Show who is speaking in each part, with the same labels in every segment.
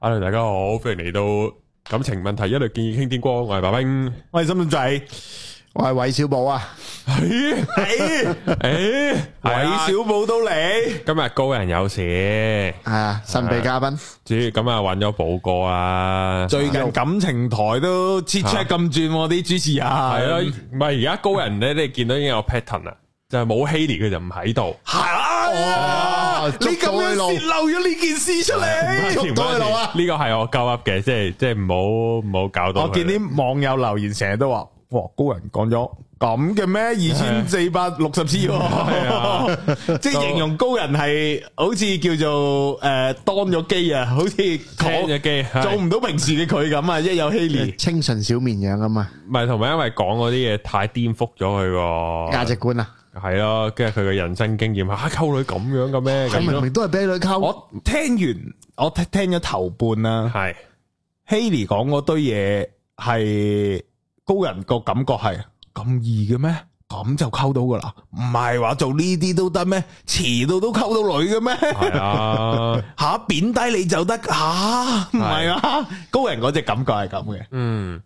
Speaker 1: hello，大家好，歡迎嚟到感情問題一律建議傾天光，我係白冰。
Speaker 2: 喂，心心仔，
Speaker 3: 我係韋小寶啊，
Speaker 1: 咦
Speaker 2: 诶，
Speaker 1: 诶，
Speaker 2: 韦
Speaker 1: 係啊
Speaker 2: 小宝都嚟，
Speaker 1: 今日高人有事，
Speaker 3: 係啊，神秘嘉賓，
Speaker 1: 主要咁啊揾咗寶哥啊，係
Speaker 2: 最近感情台都切 check 咁轉喎啲主持人，係
Speaker 1: 咯，唔係而家高人咧，你見到已經有 pattern 啦，就係冇 Haley 佢就唔喺度，
Speaker 2: 啊
Speaker 3: 哦，
Speaker 2: 你
Speaker 3: 捉到
Speaker 2: 咁樣
Speaker 3: 佢路
Speaker 2: 泄漏咗呢件事出嚟。
Speaker 3: 捉到佢路啊
Speaker 1: 呢個係我鳩噏嘅，即係即係唔好唔好搞到佢。
Speaker 2: 我見啲網友留言成日都話，哇，高人講咗咁嘅咩？二千四百六十次喎， 即係形容高人係好似 叫做誒當咗機啊，好似
Speaker 1: 聽
Speaker 2: 講
Speaker 1: 咗機，係
Speaker 2: 做唔到平時嘅佢咁啊，一有希 連。
Speaker 3: 清純小綿羊咁啊，
Speaker 1: 唔係同埋因為講嗰啲嘢太顛覆咗佢個
Speaker 3: 價值觀啊，
Speaker 1: 系咯，跟住佢嘅人生經驗吓，溝女咁樣嘅 咩？
Speaker 3: 我
Speaker 1: 咁
Speaker 3: 明
Speaker 1: 樣
Speaker 3: 明都係俾女溝，
Speaker 2: 我聽完，我聽聽咗頭半啦。
Speaker 1: 係
Speaker 2: Haley 講嗰堆嘢係高人個感覺係咁易嘅咩？咁就溝到噶啦？唔係話做呢啲都得咩？遲到都溝到女嘅咩？
Speaker 1: 係啊，
Speaker 2: 吓貶低你就得吓？唔係啊？高人嗰只感覺係咁嘅，
Speaker 1: 嗯，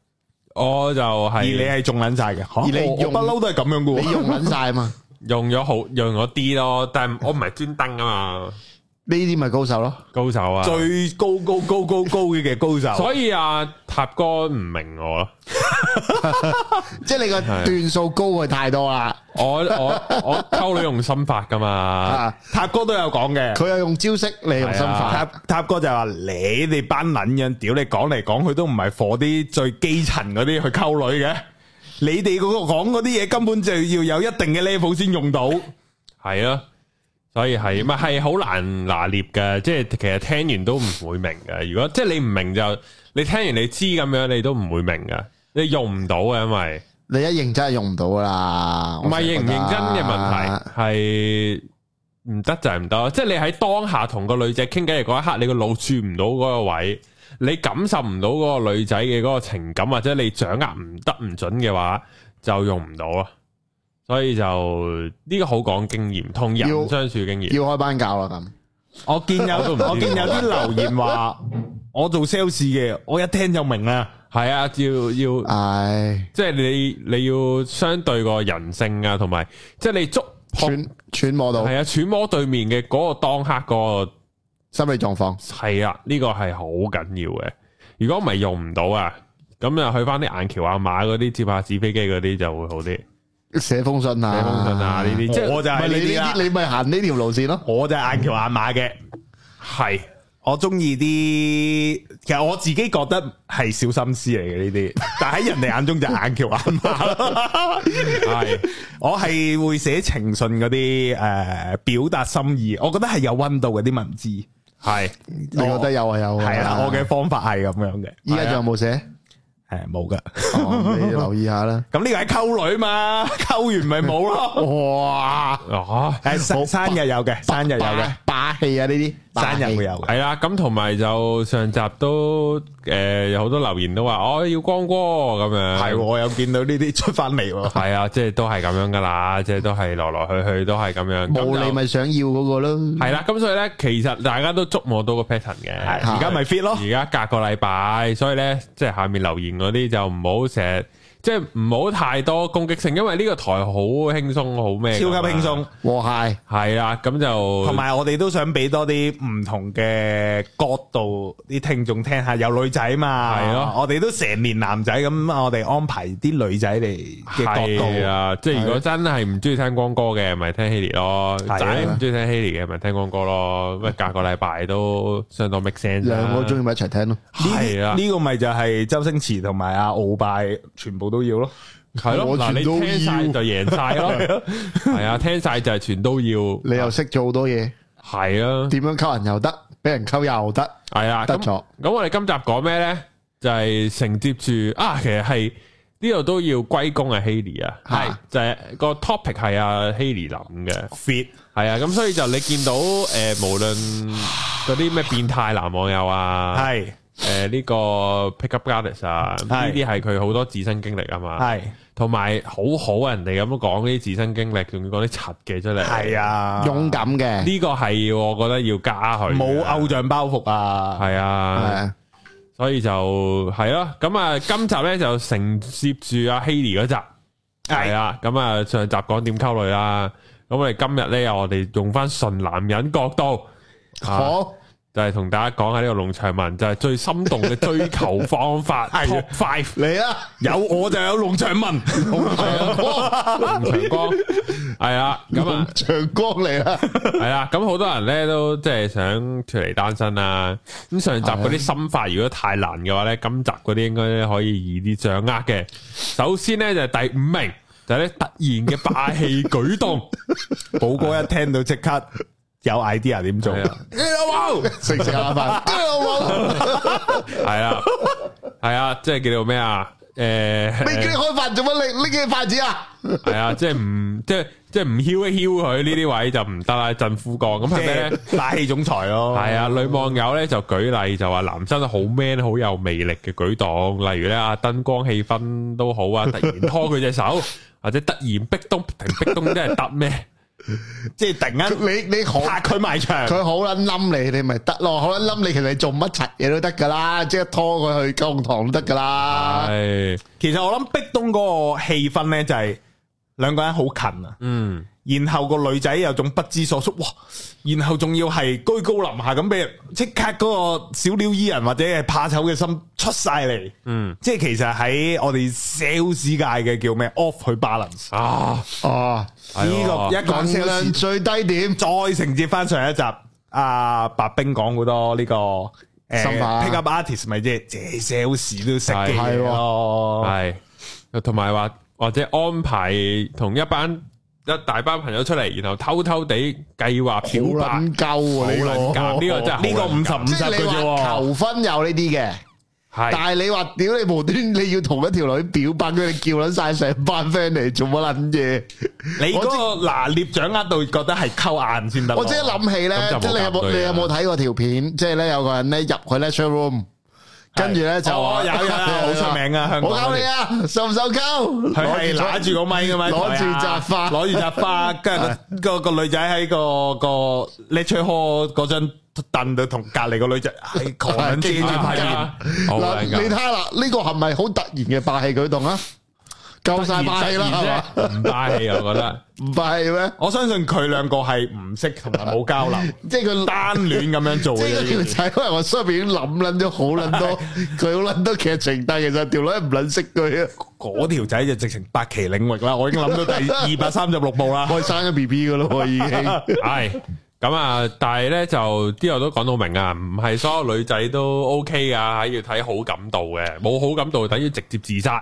Speaker 1: 我就
Speaker 2: 而你
Speaker 1: 係
Speaker 2: 係中撚晒嘅，嚇
Speaker 3: 而你
Speaker 2: 我我
Speaker 3: 用
Speaker 2: 不嬲都係咁樣嘅
Speaker 3: 你
Speaker 2: 喎。
Speaker 3: 用撚晒啊嘛， 呢
Speaker 1: 用咗好用咗啲咯，但 係我唔係專登啊嘛，
Speaker 3: 啲咪高手咯，
Speaker 1: 高手啊，
Speaker 2: 最高高高高高嘅高手，
Speaker 1: 所以啊，塔哥唔明我咯，
Speaker 3: 即係你個段數高佢太多啦，
Speaker 1: 我我我溝女用心法噶嘛，
Speaker 3: 啊，
Speaker 2: 塔哥都有講嘅。
Speaker 3: 佢又用招式，你用心法，
Speaker 2: 塔塔哥就話：你哋班撚樣，屌你講嚟講去都唔係貨啲最基層嗰啲去溝女嘅。你哋嗰個講嗰啲嘢根本就要有一定嘅 level 先用到。
Speaker 1: 係咯，所以係咪係好難拿捏嘅？即係其實聽完都唔會明嘅。如果即係你唔明就你聽完你知咁樣，你都唔會明嘅，你用唔到嘅，因為。
Speaker 3: 你一認真係用唔到噶啦，
Speaker 1: 唔係認唔認真嘅問題，
Speaker 3: 題，
Speaker 1: 係唔得就係唔得，即係你喺當下同個女仔傾偈嘅嗰一刻，你個腦轉唔到嗰個位，你感受唔到嗰個女仔嘅嗰個情感，或者你掌握唔得唔準嘅話，就用唔到啦。所以就呢、個好講經驗，同人
Speaker 3: 要
Speaker 1: 相處經驗。
Speaker 3: 要開班教啦咁，
Speaker 2: 我見有
Speaker 1: 都唔知
Speaker 2: 我見有啲留言話：我做 sales 嘅，我一聽就明啦。
Speaker 1: 係啊，要要
Speaker 3: 唉，
Speaker 1: 即係你你要相對個人性啊，同埋即係你捉
Speaker 3: 揣揣摩到
Speaker 1: 係啊，揣摩對面嘅嗰個當刻嗰個。
Speaker 3: 心理狀況，
Speaker 1: 系啊，呢、個係好緊要嘅。如果唔係用唔到啊，咁啊去翻啲眼橋啊、馬嗰啲接下紙飛機嗰啲就會好啲。
Speaker 3: 寫封信啊，
Speaker 1: 寫封信啊呢啲，即係
Speaker 2: 我就
Speaker 3: 唔
Speaker 2: 係
Speaker 3: 係
Speaker 2: 呢
Speaker 3: 你
Speaker 2: 啲
Speaker 3: 呢
Speaker 2: 啦
Speaker 3: 啲，你咪行呢條路線咯，
Speaker 2: 我就係眼橋眼馬嘅。
Speaker 1: 係
Speaker 2: 我中意啲，其實我自己覺得係小心思嚟嘅呢 啲，但喺人哋眼中就眼橋眼馬啦。
Speaker 1: 係
Speaker 2: 我係會寫情信嗰啲诶，表達心意，我覺得係有温度嗰啲文字，係
Speaker 1: 係
Speaker 3: 你覺得有啊有啊，
Speaker 2: 啦，我嘅方法係咁樣嘅，
Speaker 3: 依家仲有冇寫？
Speaker 2: 诶冇噶。
Speaker 3: 哦，你留意下啦。
Speaker 2: 咁呢個係溝女嘛， 溝完咪冇咯。
Speaker 3: 哇，
Speaker 1: 啊，
Speaker 2: 诶，生生日有嘅，生日有嘅，
Speaker 3: 霸氣啊呢啲，
Speaker 2: 生日會
Speaker 3: 有
Speaker 2: 有嘅。
Speaker 1: 系啦。咁同埋就上集都诶有好多留言都話，我、要光哥咁樣。
Speaker 2: 係喎我有見到呢啲出翻 嚟喎。
Speaker 1: 係啊，即係都係咁樣噶啦，即係都係來來去去都係咁樣。
Speaker 3: 冇你咪想要嗰個咯。
Speaker 1: 系啦，咁所以咧，其實大家都捉摸到個 pattern 嘅。
Speaker 2: 係而家咪 fit 咯，
Speaker 1: 而家隔個禮拜，所以呢，即係下面留言嗰啲就唔好成日，即係唔好太多攻擊性，因為呢個台好輕鬆，好咩？
Speaker 2: 超級輕鬆，。
Speaker 3: 和諧，
Speaker 1: 係啦，咁就
Speaker 2: 同埋我哋都想俾多啲唔同嘅角度啲聽眾聽下，有女仔嘛，
Speaker 1: 係咯
Speaker 2: 我哋都成年男仔咁，我哋安排啲女仔嚟嘅角
Speaker 1: 係
Speaker 2: 度。
Speaker 1: 啊，即係如果真係唔中意聽光哥嘅，咪聽 Haley 咯；
Speaker 2: 係啊
Speaker 1: 真係唔中意聽 Haley 嘅，咪聽光哥咯。喂，隔個禮拜都相當 make sense 啦。
Speaker 3: 兩個中意咪一齊聽咯。
Speaker 2: 呢啲
Speaker 1: 係啦，
Speaker 2: 呢個咪就係周星馳同埋阿鳌拜全部都要咯。
Speaker 1: 係咯，
Speaker 3: 我
Speaker 1: 嗱，
Speaker 3: 全
Speaker 1: 你
Speaker 3: 都
Speaker 1: 聽晒
Speaker 3: 要
Speaker 1: 就贏晒 咯。係啊，聽晒就係全都要。
Speaker 3: 你又識做好多嘢，
Speaker 1: 係啊。
Speaker 3: 點樣溝人又得，俾人溝又得，
Speaker 1: 系啊，
Speaker 3: 得
Speaker 1: 咁
Speaker 3: 咗
Speaker 1: 咁我哋今集講咩咧？就係承接住啊，其實係呢度都要歸功啊 Haley 啊，
Speaker 3: 係
Speaker 1: 係就係個 topic 係啊 Haley 諗嘅，
Speaker 2: fit
Speaker 1: 係啊，咁所以就你見到诶、呃，无论嗰啲咩變態男網友啊，
Speaker 2: 係
Speaker 1: 诶呢個 pickup artist 啊，呢
Speaker 2: 係
Speaker 1: 啲係佢好多自身經歷啊嘛，同埋好好人哋咁樣講啲自身經歷，仲要講啲柒嘅出嚟，
Speaker 2: 系啊，
Speaker 3: 勇敢嘅，
Speaker 1: 呢個係我覺得要加佢，
Speaker 2: 冇偶像包袱啊，
Speaker 1: 係啊。
Speaker 3: 係
Speaker 1: 所以就系咯，咁啊，今集咧就承接住阿 Haley 嗰集，
Speaker 2: 係
Speaker 1: 系啦，咁啊上集講點溝女啦，咁我哋今日咧我哋用翻純男人角度，啊
Speaker 3: 好
Speaker 1: 就係同大家講下呢個農場文就係最心動嘅追求方法
Speaker 2: 係啊
Speaker 1: Top Five
Speaker 3: 嚟啦，
Speaker 2: 有我就有龍長文，
Speaker 1: 農場光，係啊，咁啊。
Speaker 3: 長光嚟啊啦，
Speaker 1: 系啦，咁好多人咧都即系想脱離單身啦。咁上集
Speaker 2: 啊
Speaker 1: 嗰啲心法如果太難嘅話咧，今集嗰啲應該可以易啲掌握嘅。首先咧就係第五名，就係咧突然嘅霸氣舉 動，
Speaker 2: 寶哥一聽到即刻有 idea 點做
Speaker 1: 係啊
Speaker 2: 你老母
Speaker 3: 食食下飯，跟住我冇
Speaker 1: 係啊，係啊，即係叫做咩啊？诶，
Speaker 3: 你叫你開飯做乜？你拎嘅筷子啊？
Speaker 1: 係啊，即係唔即係即系唔囂一囂佢呢啲位就唔得啦，震夫降咁係
Speaker 2: 即
Speaker 1: 咩咧？
Speaker 2: 係大氣總裁咯，
Speaker 1: 系啊，女網友咧就舉例就話男生好 man 好有魅力嘅舉動，例如咧啊燈光氣氛都好啊，突然拖佢隻 手，或者突然逼東停逼東，真係得咩？
Speaker 2: 即係突然間
Speaker 3: 你你好。
Speaker 2: 拍佢埋牆，
Speaker 3: 佢好撚冧你，你咪得咯。好撚冧你，其實你做乜柒嘢都得噶啦，即係拖佢去教堂都得噶啦。
Speaker 1: 係
Speaker 2: 其實我諗壁咚嗰個氣氛咧就係兩個人好近啊。
Speaker 1: 嗯
Speaker 2: 然後個女仔有種不知所措，哇！然後仲要係居高臨下咁俾人，即刻嗰個小鳥依人或者係怕醜嘅心出晒嚟。
Speaker 1: 嗯
Speaker 2: 即係其實喺我哋 sales 界嘅叫咩 off 去 balance
Speaker 1: 啊，
Speaker 3: 哦，
Speaker 1: 係
Speaker 2: 呢個
Speaker 1: 喎
Speaker 2: 一講
Speaker 3: 能量
Speaker 2: sales，
Speaker 3: 最低點，
Speaker 2: 再承接翻上一集，阿、白冰講好多呢、個誒
Speaker 3: 心法
Speaker 2: pick up artist 咪即係即係 sales 都識嘅嘢
Speaker 3: 係喎
Speaker 2: 咯，啊
Speaker 1: 係同埋話或者安排同一班一大班朋友出嚟，然後偷偷地計劃
Speaker 3: 好
Speaker 1: 表白，
Speaker 3: 撚鳩啊！
Speaker 1: 好撚
Speaker 3: 呢
Speaker 1: 夾
Speaker 3: 個
Speaker 1: 呢個真係
Speaker 2: 哦呢個
Speaker 1: 好撚
Speaker 2: 五十
Speaker 1: 夾
Speaker 2: 五
Speaker 3: 即
Speaker 2: 十
Speaker 3: 係
Speaker 2: 嘅
Speaker 3: 你
Speaker 2: 啫
Speaker 3: 話
Speaker 2: 喎，
Speaker 3: 求婚有呢啲嘅。
Speaker 1: 係
Speaker 3: 但系你话屌你無端你要同一條女表白，佢哋叫撚晒成班 friend 嚟做乜撚嘢？
Speaker 2: 你
Speaker 3: 我
Speaker 2: 嗰個拿捏掌握到覺得係溝硬先得咯。
Speaker 3: 我即刻諗起咧
Speaker 1: 咁，
Speaker 3: 即
Speaker 1: 就冇
Speaker 3: 係你有
Speaker 1: 答
Speaker 3: 冇
Speaker 1: 對
Speaker 2: 啊
Speaker 3: 你
Speaker 1: 啦
Speaker 3: 有冇睇過條片？即係咧有個人咧入去 lecture room，跟住咧就話
Speaker 2: 哦有有有 好出名啊香港
Speaker 3: 我教你啊，受唔受溝？
Speaker 2: 佢係
Speaker 3: 攞
Speaker 2: 拿住個咪噶嘛，啊
Speaker 3: 攞住扎花
Speaker 2: 攞住扎花，跟住個個個女仔喺個個 lecture hall 嗰張凳度同隔離個女仔係狂緊遮住
Speaker 1: 係
Speaker 2: 塊面，
Speaker 1: 啊，好
Speaker 3: 嗱，
Speaker 1: 撚夾
Speaker 3: 你睇下啦，呢個係咪好突然嘅霸氣舉動啊？夠晒霸氣啦，係嘛？
Speaker 1: 唔霸氣啊，我覺得。
Speaker 3: 唔霸氣咩？
Speaker 2: 我相信佢兩個係唔識同埋冇交流，
Speaker 3: 即係 佢。
Speaker 2: 單戀咁樣做
Speaker 3: 即係
Speaker 2: 嘅
Speaker 3: 嗰條
Speaker 2: 啫。
Speaker 3: 仔，可能我心入边諗撚咗好撚 多，佢好撚多劇情，但係其實條女唔撚識佢啊。
Speaker 2: 嗰條仔就直情百奇領域啦，我已經諗到 第二百三十六步啦。
Speaker 3: 我係生咗 B B 噶咯喎，已 經
Speaker 1: 系咁啊，但系咧就啲我都講到明啊，唔係所有女仔都 OK 噶，要睇好感度嘅，冇好感度等於直接自殺。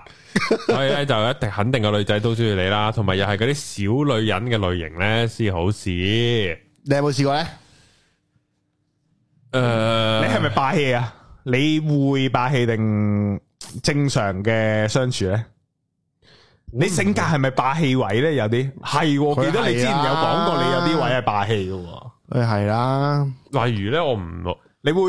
Speaker 1: 所以咧就一定肯定個女仔都中意你啦，同埋又係嗰啲小女人嘅類型咧先好事。
Speaker 3: 你有冇試過咧？
Speaker 1: 诶、
Speaker 2: 你係咪霸氣啊？你會霸氣定正常嘅相處咧？你性格係咪霸氣位咧？有啲係，啊我記得你之前有講過，你有啲位係霸氣嘅喎。
Speaker 3: 誒係啦，
Speaker 1: 例如咧，我唔
Speaker 2: 你會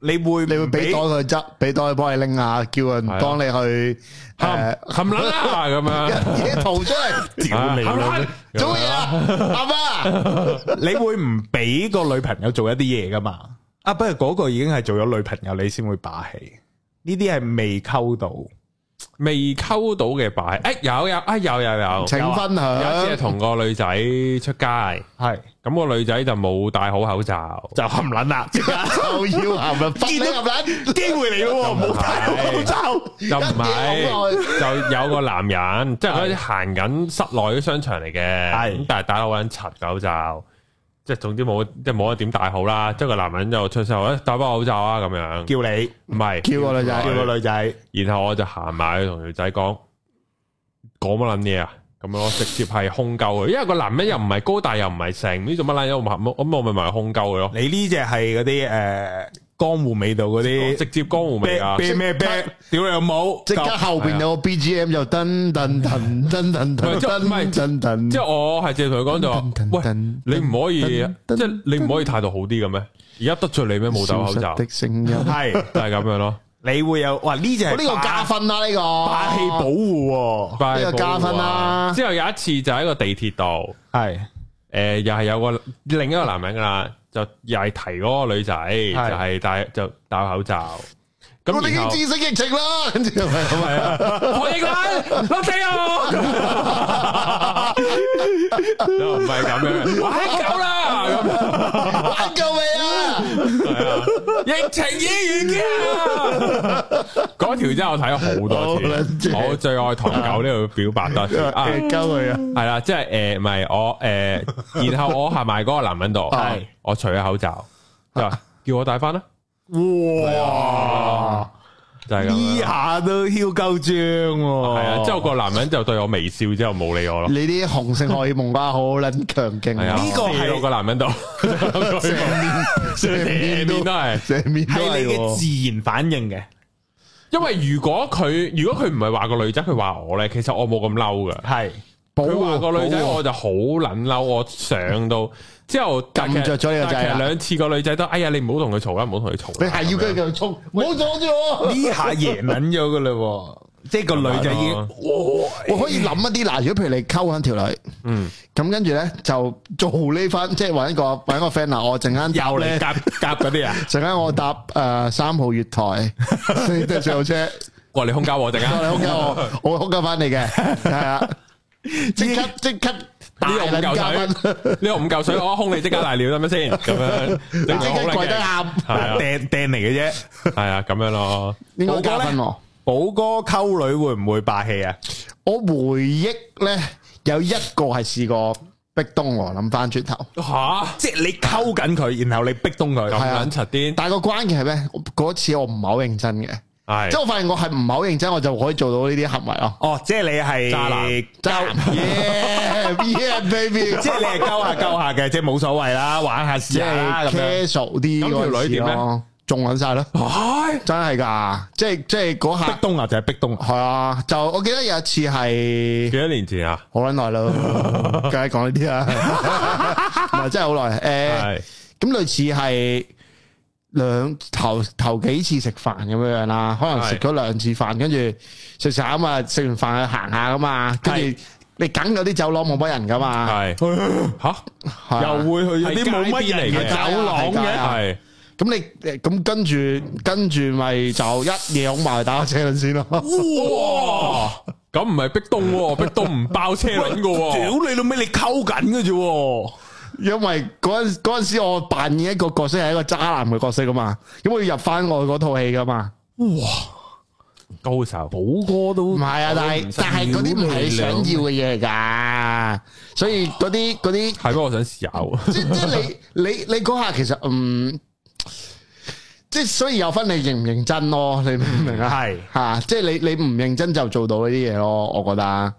Speaker 2: 你會
Speaker 3: 你會
Speaker 2: 唔
Speaker 3: 俾袋佢執，俾袋佢幫你拎下，叫人
Speaker 1: 係啊
Speaker 3: 幫你去
Speaker 1: 含
Speaker 3: 誒
Speaker 1: 含撚啦咁樣，
Speaker 3: 嘢 圖出嚟，
Speaker 2: 屌你
Speaker 1: 啊
Speaker 2: 老
Speaker 1: 含
Speaker 2: 母
Speaker 1: 撚
Speaker 3: 做嘢啊，阿 媽，
Speaker 2: 你會唔俾個女朋友做一啲嘢噶嘛？啊，不過嗰個已經係做咗女朋友，你先會霸氣。呢啲係未溝到，
Speaker 1: 未溝到嘅擺，诶、有有啊有有有，
Speaker 3: 請分
Speaker 1: 有一次係
Speaker 3: 享，
Speaker 1: 同個女仔出街。
Speaker 2: 係
Speaker 1: 咁個女仔就冇戴好口罩，
Speaker 2: 就含撚啦，即刻
Speaker 3: 就要含 啦，分你
Speaker 2: 見到
Speaker 3: 含撚，
Speaker 2: 機會嚟咯喎，冇戴口罩。
Speaker 1: 就唔係
Speaker 3: 一
Speaker 1: 就有個男人，即係嗰啲行緊室內啲商場嚟嘅，
Speaker 2: 係
Speaker 1: 咁但係戴到嗰陣柒口罩，即係總之冇即係冇一點戴好啦。即係個男人就出聲話：，誒戴翻口罩啊咁樣，
Speaker 2: 叫你
Speaker 1: 唔係
Speaker 3: 叫個女仔
Speaker 2: 叫個女仔，
Speaker 1: 然後我就行埋去同條仔講講乜撚嘢啊？咁樣咯，直接係空鳩佢，因為個男人又唔係高大又唔係成，唔知做乜撚嘢，我咪咁我咪咪空鳩佢咯。
Speaker 2: 你呢只係嗰啲诶江湖味道嗰
Speaker 1: 直
Speaker 2: 啲，
Speaker 1: 接江湖味啊！
Speaker 2: 啤啤咩啤，屌你老母！
Speaker 3: 即刻後边有個 BGM 就噔噔噔噔噔噔噔噔噔，
Speaker 1: 即系我系直接同佢讲就
Speaker 3: 噔噔
Speaker 1: 話，喂，
Speaker 3: 噔
Speaker 1: 你唔可以，
Speaker 3: 噔噔
Speaker 1: 即系你唔可以態度好啲嘅咩？而家得罪你咩？冇戴口罩，就
Speaker 3: 消失的聲音，呢
Speaker 2: 系
Speaker 1: 係咁樣咯。
Speaker 2: 你會有哇呢只呢
Speaker 3: 個加分啦，呢個
Speaker 2: 霸氣保護喎，
Speaker 1: 拜
Speaker 3: 呢個加分
Speaker 1: 保
Speaker 3: 啦
Speaker 1: 護啊之後有一次就喺個地鐵度，
Speaker 2: 係
Speaker 1: 诶，又係有個另一個男人噶啦，就又係提嗰個女仔，就係戴就戴口罩。
Speaker 3: 我
Speaker 1: 咁
Speaker 3: 哋
Speaker 1: 然後
Speaker 3: 已經知識疫情啦，跟住係咪
Speaker 1: 何應蘭落地 啊！又 唔係咁樣，玩夠啦咁樣。
Speaker 3: 玩夠未啊？
Speaker 1: 疫情已啊完嘅。 嗰條真係我睇咗好
Speaker 3: 好
Speaker 1: 多
Speaker 3: 撚
Speaker 1: 次，
Speaker 3: 正
Speaker 1: 我最愛唐狗呢度表白多次 啊，
Speaker 3: 玩夠未啊？
Speaker 1: 係啦，即係诶，誒唔係我诶，誒然後我行埋嗰個男人度
Speaker 3: 係，
Speaker 1: 我除咗口罩，就話叫我戴翻啦，
Speaker 2: 哇！
Speaker 1: 就係咁
Speaker 2: 呢
Speaker 1: 樣。
Speaker 2: 下都囂鳩張喎，
Speaker 1: 係啊，之後個男人就對我微笑，之後冇理我咯。
Speaker 3: 你啲雄性荷爾蒙啊，好撚強勁
Speaker 1: 係啊，
Speaker 3: 啊！
Speaker 2: 呢個係
Speaker 1: 射到個男人度，
Speaker 3: 成面成面
Speaker 1: 面都
Speaker 3: 都
Speaker 1: 係。
Speaker 3: 成面都
Speaker 2: 係
Speaker 3: 係
Speaker 2: 你嘅
Speaker 3: 喎，
Speaker 2: 自然反應嘅，
Speaker 1: 因為如果佢如果佢唔係話個女仔，佢話我咧，其實我冇咁嬲噶。
Speaker 2: 係
Speaker 3: 保
Speaker 1: 佢話
Speaker 3: 護
Speaker 1: 個女仔，
Speaker 3: 保護
Speaker 1: 我就好撚嬲，我上 到之後但其實
Speaker 3: 撳着咗呢個掣
Speaker 1: 但其
Speaker 3: 啦
Speaker 1: 實兩次個女仔都，哎呀，你唔好同佢嘈啦，唔好同佢嘈
Speaker 3: 你
Speaker 1: 啦。
Speaker 3: 係要佢繼續衝，唔好阻住我。
Speaker 2: 呢下贏撚咗噶啦，即係個女仔已經
Speaker 1: 係
Speaker 3: 我可以諗一啲嗱，如果譬如你溝緊條女，
Speaker 1: 嗯，
Speaker 3: 咁跟住咧就做呢番，即係揾個揾個 friend 嗱，我陣間
Speaker 2: 又
Speaker 3: 搭
Speaker 2: 嚟
Speaker 3: 咧，
Speaker 2: 夾夾嗰 啲啊！
Speaker 3: 陣間我搭誒三號月台四對四號車，
Speaker 1: 哇，你空交我陣間
Speaker 3: 我哋空間我我會空間翻你嘅，係啊，即刻即刻大
Speaker 1: 呢個五
Speaker 3: 撚加
Speaker 1: 嚿
Speaker 3: 分，
Speaker 1: 水，呢個五嚿水，我空你即刻大料得唔得先？咁樣
Speaker 3: 你
Speaker 1: 整
Speaker 3: 即
Speaker 1: 到好
Speaker 3: 刻
Speaker 1: 靚
Speaker 3: 跪低
Speaker 1: 嘅，
Speaker 3: 喊，
Speaker 1: 係啊
Speaker 2: 掟掟嚟嘅啫。
Speaker 1: 係啊，咁樣咯。
Speaker 3: 應該加分
Speaker 2: 寶
Speaker 3: 喎。
Speaker 2: 寶哥溝女會唔會霸氣啊？
Speaker 3: 我回憶咧有一個係試過壁咚我，諗翻轉頭，
Speaker 1: 吓
Speaker 2: 即係你溝緊佢，然後你逼東
Speaker 1: 咁
Speaker 2: 佢，
Speaker 3: 啊
Speaker 1: 撚柒癲，
Speaker 3: 但係個關鍵係咩？我嗰次我唔係好認真嘅，即係
Speaker 1: 係
Speaker 3: 我發現我係唔係好認真，我就可以做到呢啲行為咯。
Speaker 2: 哦，即係你係
Speaker 1: 渣男
Speaker 3: 就 yeah yeah baby，
Speaker 2: 即係你係溝下溝下嘅，即係冇所謂 啦，玩下試
Speaker 3: 即
Speaker 2: 下啦
Speaker 3: 係
Speaker 2: 咁樣。
Speaker 3: casual 啲
Speaker 1: 咁條女
Speaker 3: 嗰陣時
Speaker 1: 點咧
Speaker 3: 咯，中撚晒咯，
Speaker 1: 唉
Speaker 3: 真係㗎，即係即係嗰
Speaker 2: 逼
Speaker 3: 下
Speaker 2: 東啊，就係逼東啊。
Speaker 3: 係啊，就我記得有一次係
Speaker 1: 幾。多年前啊？
Speaker 3: 好撚耐咯，梗係講呢啲啦，唔係真係好耐。诶、
Speaker 1: 係
Speaker 3: 咁類似係兩頭頭幾次食飯咁樣樣啦，可能
Speaker 1: 係
Speaker 3: 食咗兩次飯，跟住食食下咁啊，食完飯去行下噶嘛，跟住你梗有啲走廊冇乜人噶嘛，
Speaker 1: 係吓
Speaker 3: 係啊
Speaker 2: 又會去有啲冇乜人嘅走廊
Speaker 3: 係
Speaker 2: 嘅
Speaker 3: 啊。
Speaker 1: 係
Speaker 3: 咁你咁跟住跟住咪就一夜拱埋去打個車輪先 咯，
Speaker 1: 哇！咁唔係逼東 喎，逼東唔包車輪噶喎。
Speaker 2: 屌你老味，你溝緊嘅啫喎。
Speaker 3: 因為嗰陣嗰陣時我扮演一個角色係一個渣男嘅角色噶嘛，咁我要入翻我嗰套戲噶嘛。
Speaker 1: 高手，
Speaker 2: 寶哥
Speaker 3: 唔
Speaker 2: 都
Speaker 3: 系啊，
Speaker 1: 唔
Speaker 3: 但系
Speaker 1: 使
Speaker 3: 但系嗰啲唔係你想要嘅嘢噶，所以嗰啲嗰啲
Speaker 1: 係咩？我想試下喎。
Speaker 3: 即即係你你你嗰下其實嗯，即係所以有分你認唔認真咯，你明唔明啊？
Speaker 2: 係
Speaker 3: 吓，即係你你唔認真就做到呢啲嘢咯，我覺得，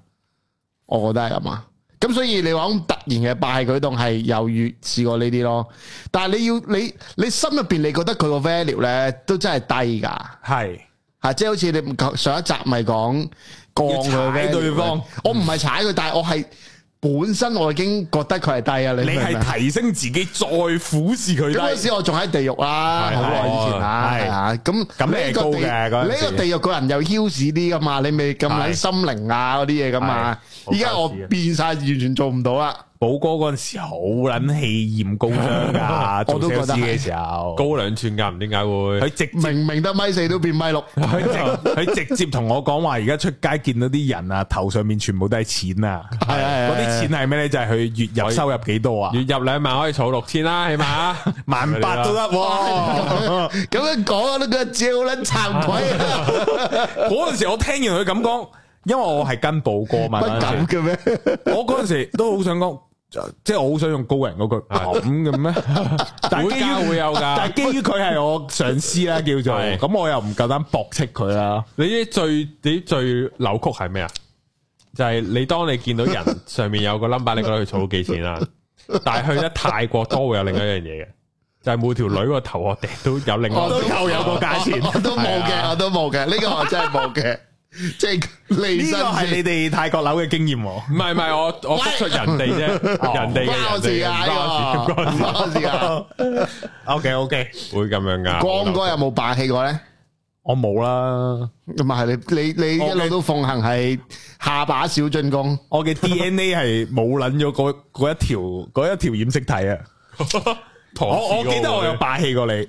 Speaker 3: 我覺得係咁啊。咁所以你話咁突然嘅霸氣舉動係有遇試過呢啲咯，但係你要你你心入边你覺得佢個 value 咧都真係低㗎。
Speaker 2: 係
Speaker 3: 吓，即係好似你唔夠上一集咪講降佢
Speaker 2: 要踩
Speaker 3: value
Speaker 2: 對方
Speaker 3: 嘅，我唔係踩佢，但係我係本身我已經覺得佢係低啊，你
Speaker 2: 你
Speaker 3: 明唔明啊
Speaker 2: 係提升自己，再俯視佢
Speaker 3: 咁嗰陣
Speaker 2: 低。
Speaker 3: 時我仲喺地獄啦，
Speaker 2: 啊
Speaker 1: 係
Speaker 3: 好耐以前啦，
Speaker 2: 係
Speaker 3: 係啊，咁
Speaker 2: 咁你係
Speaker 3: 呢個
Speaker 2: 高
Speaker 3: 地
Speaker 2: 嘅嗰陣
Speaker 3: 呢
Speaker 2: 時
Speaker 3: 個地獄個人又囂屎啲噶嘛，你咪咁
Speaker 2: 係
Speaker 3: 撚心靈啊嗰啲嘢噶嘛，
Speaker 1: 係
Speaker 3: 依家我
Speaker 1: 好囂屎啊
Speaker 3: 變晒完全做唔到啦，
Speaker 2: 寶哥嗰陣時好撚氣焰高張㗎，
Speaker 3: 我
Speaker 2: 做
Speaker 3: 都覺
Speaker 2: sales
Speaker 3: 得係
Speaker 2: 嘅時候，
Speaker 1: 高兩寸㗎，唔知點解會
Speaker 2: 佢直接
Speaker 3: 明明得米四都變米六，
Speaker 2: 佢直佢直接同我講話，而家出街見到啲人啊，頭上面全部都係錢啊！
Speaker 3: 係係
Speaker 2: 嗰啲錢係咩咧？就係佢月入收入幾多啊？
Speaker 1: 月入兩萬可以儲六千啦，起 碼
Speaker 2: 萬八都得喎！
Speaker 3: 咁樣講我都覺得自己好撚慚愧啊，
Speaker 2: 嗰陣時我聽完佢咁講，因為我 係跟寶哥嘛，
Speaker 3: 乜
Speaker 2: 嗰陣
Speaker 3: 咁
Speaker 2: 時
Speaker 3: 嘅咩？
Speaker 2: 我嗰陣時都好想講，即係我好想用高人嗰句咁嘅咩？但係
Speaker 1: 會
Speaker 2: 基
Speaker 1: 加
Speaker 2: 於
Speaker 1: 會 有
Speaker 2: 但
Speaker 1: 㗎。
Speaker 2: 係基於佢係我上司啦，叫做
Speaker 1: 係
Speaker 2: 咁，我又唔夠膽駁斥佢啦。
Speaker 1: 你啲最你啲最扭曲係咩啊？就係你當你見到 人上面有個 number，你覺得佢儲到幾錢啦？但係去得太過多會有另一樣嘢嘅，就係每條女個頭殼頂都有另外
Speaker 3: 我
Speaker 1: 一
Speaker 2: 都
Speaker 1: 個
Speaker 3: 都
Speaker 2: 又有個價錢
Speaker 3: 我我都冇
Speaker 1: 係
Speaker 3: 嘅，
Speaker 1: 啊
Speaker 3: 我都冇嘅，呢個我真係冇嘅，即係離
Speaker 2: 呢個係
Speaker 3: 身
Speaker 2: 你
Speaker 3: 先。
Speaker 2: 哋泰國樓嘅經驗喎。
Speaker 1: 唔係唔係，我我复出人哋啫，人哋嘅
Speaker 3: 關我
Speaker 1: 人
Speaker 3: 事
Speaker 1: 哋
Speaker 3: 啊！
Speaker 1: 嘅
Speaker 3: 呢
Speaker 1: 唔
Speaker 3: 個
Speaker 1: 關我事唔關我事
Speaker 3: 唔關我事啊！
Speaker 2: O K O K，
Speaker 1: 會咁樣噶。
Speaker 3: 光哥有冇霸氣過咧？
Speaker 2: 我冇啦，
Speaker 3: 咁啊係你你你一路都奉行係下把小進攻，
Speaker 2: 我嘅 D N A 係冇捻咗嗰嗰一條嗰一條染色體啊！
Speaker 1: 唐氏
Speaker 2: 我我
Speaker 1: 嗰個
Speaker 2: 記得我有霸氣 過你，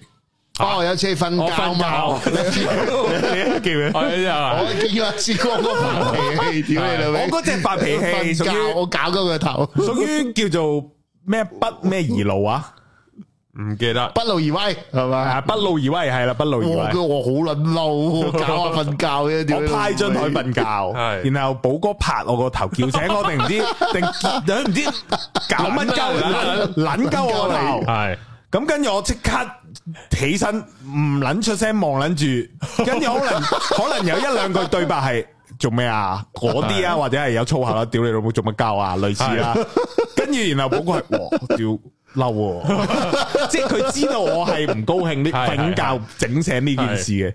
Speaker 3: 哦有次你瞓覺嘛，
Speaker 1: 我
Speaker 2: 你記唔記得？
Speaker 1: 我呢啲啊
Speaker 3: 我見過一次光哥發脾氣，屌你老
Speaker 2: 我
Speaker 3: 味！
Speaker 2: 嗰隻發 脾氣
Speaker 3: 瞓
Speaker 2: 屬
Speaker 3: 覺
Speaker 2: 於
Speaker 3: 我搞鳩佢頭，
Speaker 2: 屬於叫做咩不咩而路 啊？
Speaker 1: 唔記得。
Speaker 3: 不勞而威係
Speaker 2: 啊，
Speaker 3: 嘛？
Speaker 2: 不怒而威係啦，不怒而
Speaker 3: 我
Speaker 2: 威。
Speaker 3: 我好撚嬲喎，搞下瞓覺啫， 屌
Speaker 2: 我
Speaker 3: 你老味
Speaker 2: 派張台瞓覺，
Speaker 1: 係
Speaker 2: 然後寶哥拍我個頭，叫醒我定唔知 定唔知搞乜鳩，撚鳩我個頭。
Speaker 1: 係
Speaker 2: 咁跟住我即刻起身，唔撚出聲望 撚住，跟住可能可能有一兩句對白係做咩啊嗰啲啊，或者係有粗口啦，屌你老母做乜鳩啊，類似啦。跟住然後寶哥係哇屌。嬲 喎，即係佢知道我係唔高興呢
Speaker 1: 係係
Speaker 2: 瞓覺整醒呢件事嘅，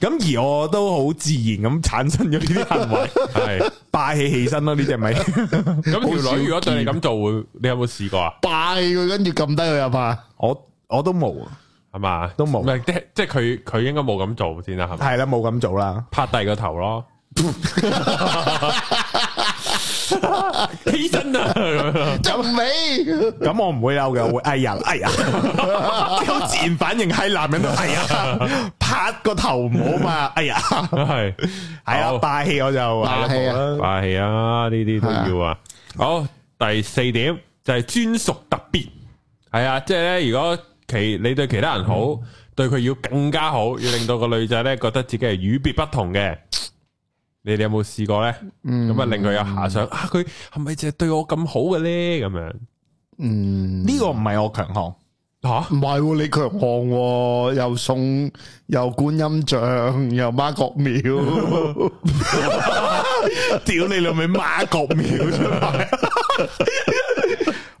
Speaker 2: 咁而我都好自然咁產生咗呢啲行 為，
Speaker 1: 係。
Speaker 2: 霸氣起身咯，呢只 咪
Speaker 1: 咁條
Speaker 3: 好少
Speaker 1: 女如果對你咁做，會你有冇試過啊？
Speaker 3: 霸氣佢，跟住撳低 佢入嘛？
Speaker 2: 我我都冇，
Speaker 1: 係嘛？
Speaker 2: 都冇
Speaker 1: 唔係即即係佢佢應該冇咁做先啦，係咪？
Speaker 2: 係啦冇咁做啦。
Speaker 1: 拍低個 頭咯。 起身啊！咁樣
Speaker 3: 就唔俾。
Speaker 2: 咁我唔會嬲嘅，我會哎呀哎 呀，好自然反應係男人都哎呀， 拍個頭唔好嘛，哎呀，
Speaker 1: 係
Speaker 2: 係啊
Speaker 1: 好
Speaker 2: 霸氣我嗯就
Speaker 3: 霸氣啊
Speaker 2: 係啦
Speaker 1: 霸氣啊！呢啲都要啊。好，第四點就係專屬特別，係啊，即係咧，如果其你對其他人好，
Speaker 2: 嗯
Speaker 1: 對佢要更加好，要令到個女仔咧覺得自己係與別不同嘅。你哋有冇試過咧？
Speaker 2: 嗯
Speaker 1: 咁啊，令佢有遐想啊，佢係咪淨係對我咁好嘅咧？咁樣
Speaker 3: 嗯，
Speaker 2: 呢個唔係我強項，
Speaker 1: 吓
Speaker 3: 唔係喎，你強項喎，又送又觀音像，又媽國 廟，
Speaker 2: 屌你老味孖角秒出嚟，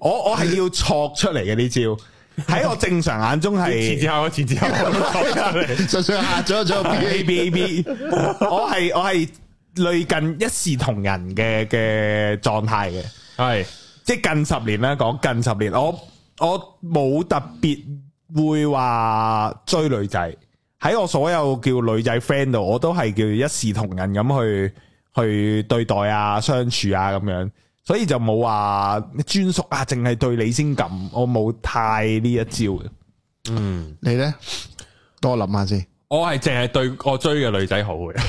Speaker 2: 我我係要錯出嚟嘅呢招，喺我正常眼中
Speaker 1: 前之
Speaker 2: 係。
Speaker 1: 後，前之後，
Speaker 3: 就算下咗 咗
Speaker 2: A
Speaker 3: B
Speaker 2: B A B，我係我係類近一視同仁嘅嘅狀態嘅，
Speaker 1: 係
Speaker 2: 即係近十年啦，講近十年，我我冇特別會話追女仔，喺我所有叫女仔 friend 度，我都係叫一視同仁咁去去對待啊、相處啊咁樣，所以就冇話專屬啊，淨係對你先咁，我冇太呢一 招嘅。
Speaker 1: 嗯，
Speaker 3: 你咧，多諗下先。
Speaker 1: 我係淨係對我追嘅女仔好嘅，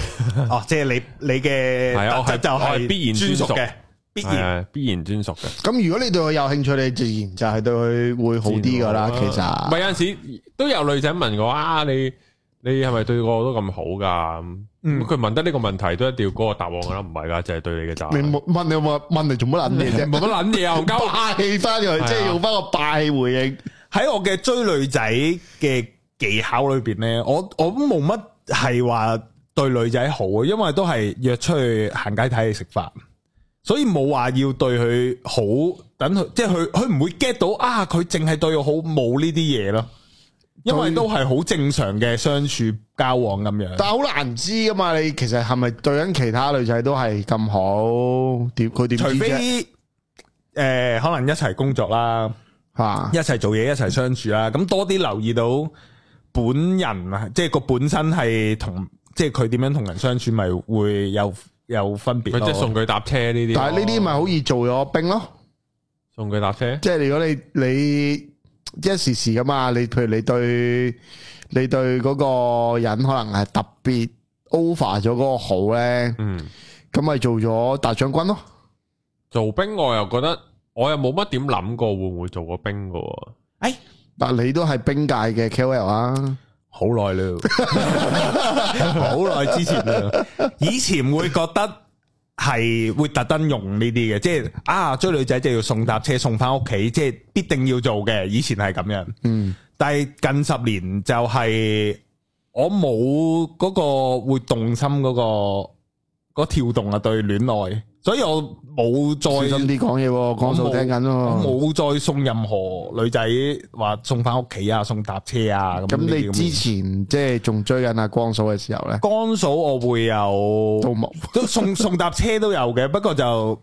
Speaker 2: 哦，即係你你嘅
Speaker 1: 係啊我
Speaker 2: 特
Speaker 1: 係
Speaker 2: 質就
Speaker 1: 我係必然
Speaker 2: 專
Speaker 1: 專
Speaker 2: 屬
Speaker 1: 屬
Speaker 2: 嘅，必
Speaker 1: 係
Speaker 2: 然。
Speaker 1: 啊必然專屬嘅。
Speaker 3: 咁如果你對佢有興趣，你自然就係對佢會好啲噶啦。其
Speaker 1: 唔
Speaker 3: 實
Speaker 1: 係有阵时都有女仔問我啊，你你係咪對我都咁好噶？
Speaker 2: 嗯
Speaker 1: 咁佢問得呢個問題都一定要嗰個答案噶啦，唔係噶，就係對你嘅答
Speaker 3: 你
Speaker 1: 案。
Speaker 3: 冇問你有冇問你做乜撚嘢啫？
Speaker 1: 冇乜撚嘢啊，戇鳩
Speaker 3: 霸氣翻佢，
Speaker 1: 啊
Speaker 3: 即係用翻個霸氣回應。
Speaker 2: 喺我嘅追女仔嘅技巧裏边呢，我我都冇乜係話對女仔好啊，因為都係約出去行街睇戲食飯，所以冇話要對佢好，等佢即係佢佢唔會 get 到啊，佢淨係對我好，冇呢啲嘢咯，因為都係好正常嘅相處交往咁樣。
Speaker 3: 但係好難知噶嘛，你其實係咪對緊其他女仔都係咁好？點佢點知
Speaker 2: 除
Speaker 3: 啫？
Speaker 2: 非诶、呃可能一齊工作啦。
Speaker 3: 吓
Speaker 2: 一齊做嘢，一齊相處啦。咁多啲留意到本人啊，即係個本身係同，即係佢點樣同人相處，咪會有有分別
Speaker 1: 咪即係
Speaker 2: 咯。
Speaker 1: 送佢搭車呢啲咯，
Speaker 3: 但係呢啲咪好易做咗兵咯。
Speaker 1: 送佢搭車。
Speaker 3: 即係如果你你一時時噶嘛，你譬如你對你對嗰個人可能係特別 over 咗嗰個好咧，
Speaker 1: 嗯，
Speaker 3: 咁咪做咗大將軍咯。
Speaker 1: 做兵我又覺得我又冇乜點諗過會唔會做過兵噶喎。
Speaker 2: 哎，
Speaker 3: 但你都係兵界嘅 KOL 啊，
Speaker 2: 好耐啦， 好耐之前啦。以前會覺得係會特登用呢啲嘅，即係啊追女仔就要送搭車送翻屋企，即係必定要做嘅。以前係咁樣。
Speaker 3: 嗯，
Speaker 2: 但系近十年就係我冇嗰個會動心嗰、個嗰跳動啊對戀愛，所以我冇
Speaker 3: 小
Speaker 2: 再
Speaker 3: 心啲講嘢喎，講數聽緊喎。
Speaker 2: 我冇再送任何女仔話送翻屋企啊，送搭車啊咁。
Speaker 3: 咁你
Speaker 2: 呢啲
Speaker 3: 之前即係仲追緊阿光嫂嘅時候咧，
Speaker 2: 乾嫂我會有
Speaker 3: 都冇。
Speaker 2: 都送 送搭車都有嘅，不過就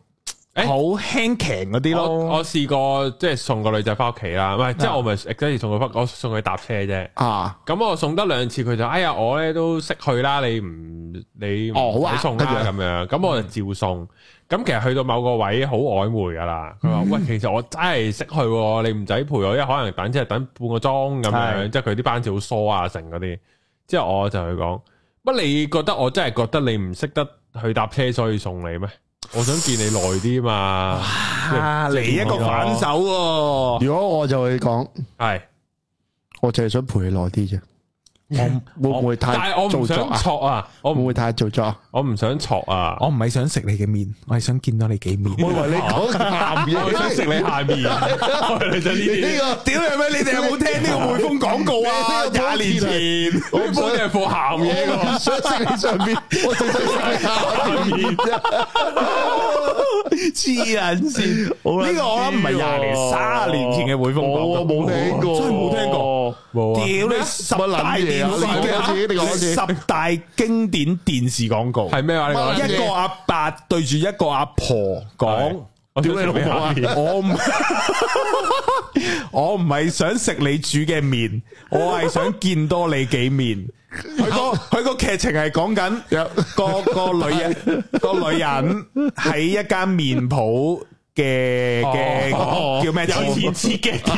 Speaker 1: 誒
Speaker 2: 好輕騎嗰啲
Speaker 1: 我
Speaker 2: 咯。
Speaker 1: 我试过即系送个女仔翻屋企啦，唔系即系我咪 exactly 送佢翻，我送佢搭车啫。
Speaker 3: 啊，
Speaker 1: 咁我送得兩次，佢就哎呀，我咧都識去啦，你唔你唔
Speaker 3: 哦好啊
Speaker 1: 使送
Speaker 3: 跟
Speaker 1: 啦
Speaker 3: 住
Speaker 1: 咁樣，咁我就照送。咁其實去到某個位好曖昧噶啦，佢
Speaker 3: 嗯
Speaker 1: 話喂，其實我真係識去喎，你唔使陪我，因為可能等即係等半個鐘咁
Speaker 2: 係
Speaker 1: 樣，即係佢啲班次好疏啊，成嗰啲。之後我就去講，乜你覺得我真係覺得你唔識得去搭車，所以送你咩？我想見你耐啲嘛，
Speaker 2: 啊，嚟一個反手喎！
Speaker 3: 如果我就會講，
Speaker 1: 係，
Speaker 3: 我淨係想陪你耐啲啫。我會唔會
Speaker 1: 但
Speaker 3: 太
Speaker 1: 係我唔
Speaker 3: 做作
Speaker 1: 想
Speaker 3: 啊？
Speaker 1: 錯啊，我
Speaker 3: 會唔
Speaker 1: 唔
Speaker 3: 會太做作啊？
Speaker 1: 我唔想錯啊。
Speaker 2: 我唔係想食你嘅面，我係想見到你幾 面。
Speaker 3: 我以為你講鹹
Speaker 1: 我想食
Speaker 3: 嘢，
Speaker 1: 你下面，我係女仔呢
Speaker 3: 呢
Speaker 1: 啲，
Speaker 3: 個
Speaker 2: 屌你咪，你哋有冇聽呢個匯豐廣告
Speaker 3: 你
Speaker 2: 啊？
Speaker 3: 呢個
Speaker 2: 廿年前，
Speaker 1: 我本嚟係放鹹嘢
Speaker 3: 我唔想食你上邊，我淨想食你下邊。
Speaker 2: 黐撚啊線！呢個我諗唔係廿年，卅年前嘅匯豐廣告，
Speaker 3: 我冇聽過，
Speaker 2: 真係冇聽過。
Speaker 1: 冇啊，
Speaker 2: 屌你十大電
Speaker 3: 乜撚嘢啊你講多次你講多次
Speaker 2: 視十大經典電視廣告，
Speaker 1: 係咩話？你
Speaker 3: 乜
Speaker 1: 講
Speaker 3: 撚嘢
Speaker 2: 一個阿伯對住一個阿婆講
Speaker 1: 係。我想食你下面，
Speaker 2: 我唔 我唔係想食你煮嘅面，我係想見多你幾面。佢個佢個劇情係講緊個個 女人個女人喺一間面鋪嘅嘅
Speaker 1: 哦
Speaker 2: 叫咩
Speaker 1: 有錢
Speaker 2: 切嘅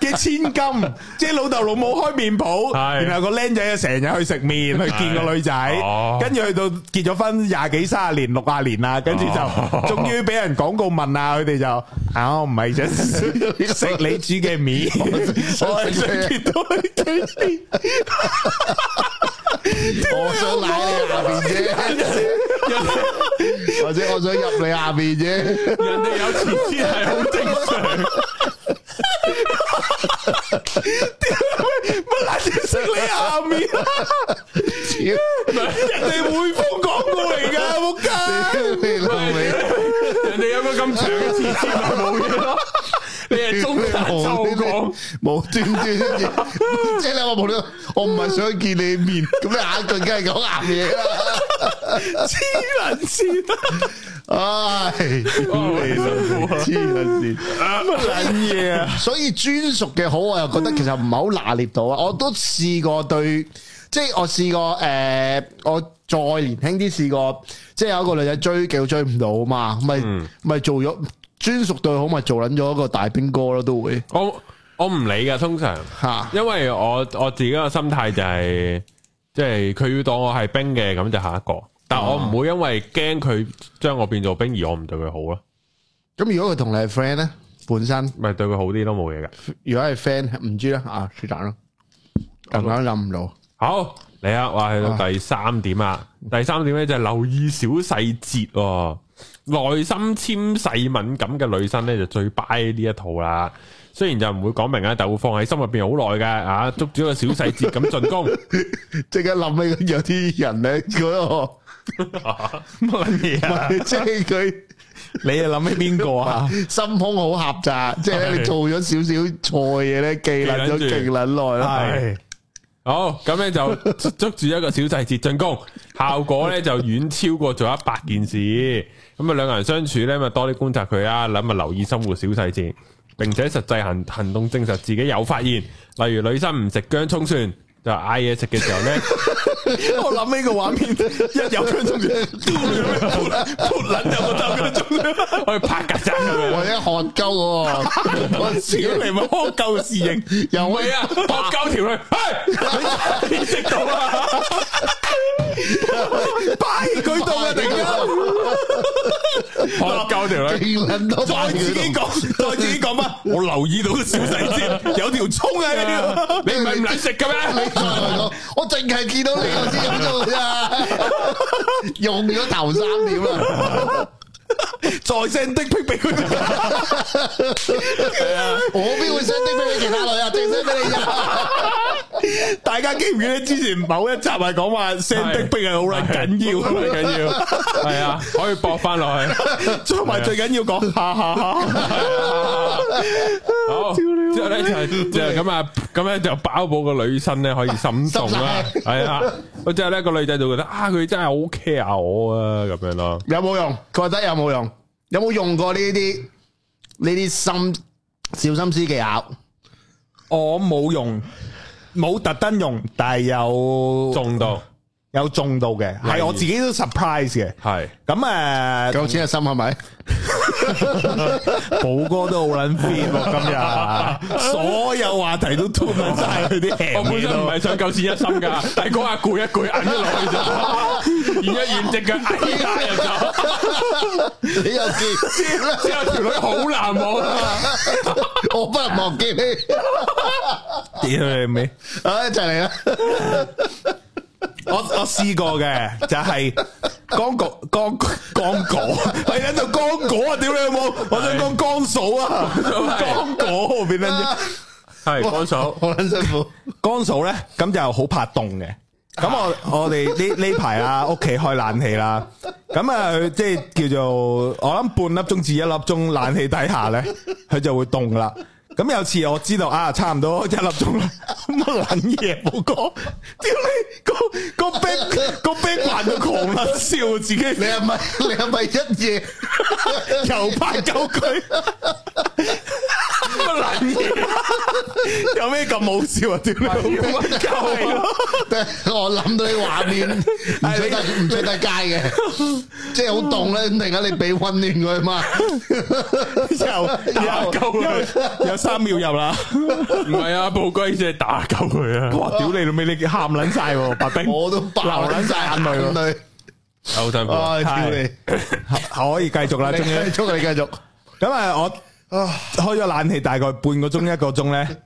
Speaker 2: 嘅千金，即係老豆老母開面鋪，
Speaker 1: 係
Speaker 2: 然後個僆仔就成日去食面去見個女仔
Speaker 1: 哦，
Speaker 2: 跟住去到結咗婚廿幾三十年六廿年啦，跟住就 終於俾人廣告問啊，佢哋就啊我唔係想食你煮嘅面， 我係想見到你幾面。
Speaker 3: 我想舐你下邊啫，或者我想入你下邊啫。
Speaker 1: 人哋有錢先係好正常，
Speaker 2: 乜撚嘢食你下面啊？人哋匯豐廣告嚟㗎，仆街！
Speaker 3: 屌你老味，
Speaker 1: 人哋有個咁長嘅前先咪冇嘢咯，你係中產收講，
Speaker 3: 無端端一嘢，即係你我無端，我唔係想見你面，咁你下一句梗係講鹹嘢啦。
Speaker 2: 黐撚線啊！
Speaker 3: 唉，屌你老味，黐撚線。
Speaker 2: 乜撚嘢啊！
Speaker 3: 所以專屬嘅好，我又覺得其實唔係好拿捏到啊！我都試過對，即係我試過誒、呃我再年輕啲試過，即係有一個女仔追叫追唔到嘛，咪咪、做咗專屬對好，咪做撚咗一個大兵哥咯，都會
Speaker 1: 我我唔理噶，通常。
Speaker 3: 嚇。
Speaker 1: 因為我我自己個心態就係、即係佢要當我係兵嘅，咁就下一個。但我唔會因為驚佢將我變做兵而我唔對佢好咯，
Speaker 3: 咁如果佢同你係 friend 咧，本身
Speaker 1: 咪對佢好啲都冇嘢噶。
Speaker 3: 如果係 friend 唔知啦，啊是但咯，咁樣諗唔到。
Speaker 1: 好嚟啊！話去到第三點啊，第三點咧就係留意小細節喎，內心纖細敏感嘅女生咧就最 buy 呢一套啦。雖然就唔會講明啊，但會放喺心入邊好耐嘅啊，捉住一個小細節咁進攻。
Speaker 3: 即刻諗起有啲人咧，嗰個
Speaker 2: 乜撚嘢啊！
Speaker 3: 即係佢。
Speaker 2: 你又諗起邊個啊？
Speaker 3: 心胸好狹窄，即系咧
Speaker 1: 係
Speaker 3: 你做咗少少錯嘢咧，記捻
Speaker 1: 記撚
Speaker 3: 咗
Speaker 1: 住
Speaker 3: 勁捻耐啦。
Speaker 2: 係
Speaker 1: 好，咁咧就捉捉住一個小細節進攻，效果咧就遠超過做一百件事。咁啊，兩個人相處咧，咪多啲觀察佢啦，諗咪啊留意生活小細節，並且實際行行動證實自己有發現。例如女生唔食姜葱蒜，就嗌嘢食嘅時候咧，
Speaker 2: 我諗起個畫面，一有 姜中獎，潑撚有個 兜姜中獎，
Speaker 1: 可以拍曱甴咁樣。
Speaker 3: 或者汗鳩嗰個嗰陣時
Speaker 2: 屌你咪苛鳩侍應，
Speaker 3: 又
Speaker 1: 唔係啊，搏鳩條女， 嘿你食到啊！
Speaker 2: 拜舉到啊！突然間，
Speaker 1: 搏鳩條女，
Speaker 3: 勁捻多
Speaker 2: 再
Speaker 3: 反
Speaker 2: 自己
Speaker 3: 應
Speaker 2: 講，再自己講乜？我留意到個小細 節，有條葱喺度。
Speaker 1: 你唔係唔撚食嘅
Speaker 2: 啊
Speaker 1: 咩？
Speaker 3: 喺度。我淨係見到你我先咁做咋，用咗頭三秒啦，
Speaker 2: 再 send 的俾佢，
Speaker 3: 我邊會 send 啲俾你其他女啊，淨 send 俾你咋？
Speaker 2: 大家記唔記得之前某一集係講話聲逼逼係好撚緊要，
Speaker 1: 好撚緊要，係啊，可以搏翻落去。
Speaker 2: 同埋最緊要講下下下，
Speaker 1: 好，哦之後咧就就咁啊，咁咧就包保個女生咧可以心動啦，係啊。咁之後咧個女仔就覺得啊，佢真係好 care 我啊，咁樣咯。
Speaker 3: 有冇用？佢覺得有冇用？有冇用過呢啲呢啲心小心思技巧？
Speaker 2: 我冇用，冇特登用，但係有
Speaker 1: 中到
Speaker 2: 有中到嘅，係我自己都 surprise 嘅。
Speaker 1: 係
Speaker 2: 咁诶，
Speaker 3: 夠錢嘅心係咪？
Speaker 2: 寶哥都好撚 fit 喎，今日 所有話題都吞撚晒佢啲
Speaker 1: 我本
Speaker 2: 氣
Speaker 1: 身唔係想九錢一心噶， 但係嗰下攰一攰，揞咗落去就，然之後驗只腳，哎呀又走，
Speaker 3: 你又知，
Speaker 1: 之後條女好難忘啊！
Speaker 3: 我不能忘記你。
Speaker 2: 屌你尾。
Speaker 3: 啊，一齊嚟啦！
Speaker 2: 我我试过嘅就系江哥江江果，系喺度江果啊！屌你有冇？我想讲江嫂 啊，江果变咗
Speaker 1: 係乾手，
Speaker 3: 好撚辛苦，
Speaker 2: 江嫂咧，咁就好怕凍嘅。咁我我哋呢呢排啊，屋企開冷氣啦，咁啊佢即係叫做我諗半粒鐘至一粒鐘冷氣底下咧，佢就會凍啦。咁有次我知道啊，差唔多一粒鐘啦，乜撚嘢冇講，屌你個個冰個冰環就狂撚笑自己。
Speaker 3: 你係咪你係咪一夜
Speaker 2: 又拍九句， 乜捻嘢？有咩咁好笑啊？屌你老母，救命！
Speaker 3: 我諗到啲畫面，唔使得唔使得街嘅，即係好凍咧，咁突然間你俾温暖佢嘛，
Speaker 2: 又又
Speaker 1: 夠啦
Speaker 2: 有三秒入啦！
Speaker 1: 唔係啊，寶哥即係打鳩佢啊！
Speaker 2: 哇！屌你老味，你喊撚晒喎，白冰，
Speaker 3: 我都爆
Speaker 2: 流撚晒眼淚喎。
Speaker 3: 淚，
Speaker 1: 好辛苦啊，
Speaker 3: 唉，屌你！
Speaker 2: 可以繼續啦，終於
Speaker 3: 你。繼續，你繼續。
Speaker 2: 咁啊，我
Speaker 3: 啊
Speaker 2: 開咗冷氣大概半個鐘一個鐘咧，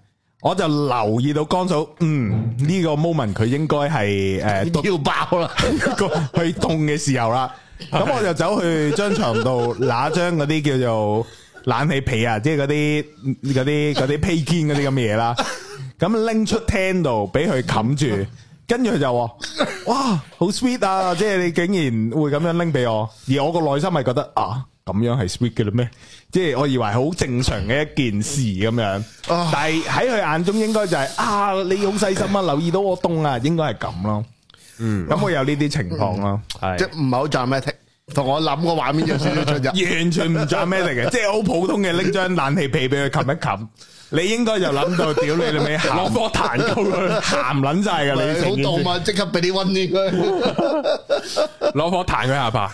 Speaker 2: 我就留意到江嫂，嗯，呢個 Ừ, moment 佢應該係誒
Speaker 3: 要爆啦！
Speaker 2: 個去凍嘅時候啦，咁我就走去張床度拿張嗰啲叫做冷氣被啊，即係嗰啲嗰啲嗰啲披肩嗰啲咁嘅嘢啦，咁拎出廳度俾佢冚住，跟住佢就話：哇，好 sweet 啊！即係你竟然會咁樣拎俾我，而我個內心係覺得啊。咁樣係 sweet 嘅嘞咩？即係我以為好正常嘅一件事咁樣，
Speaker 3: 啊
Speaker 2: 但係喺佢眼中應該就係、啊，你好細心啊，留意到我凍啊，應該係咁咯。
Speaker 1: 嗯
Speaker 2: 咁會有呢啲情況啊咯，
Speaker 3: 即
Speaker 1: 啊係
Speaker 3: 係唔係好 dramatic，同我諗個畫面有少少出 入。
Speaker 2: 完全唔做咩嚟 嘅，即係好普通嘅拎張冷氣被俾佢冚一冚，你應該就諗到屌你 老味鹹
Speaker 1: 落課彈鳩佢，
Speaker 2: 鹹撚晒㗎你
Speaker 3: 好
Speaker 2: 成件
Speaker 3: 凍
Speaker 2: 事，
Speaker 3: 嘛，即刻俾啲温暖
Speaker 1: 攞
Speaker 3: 佢，
Speaker 1: 課彈佢下巴。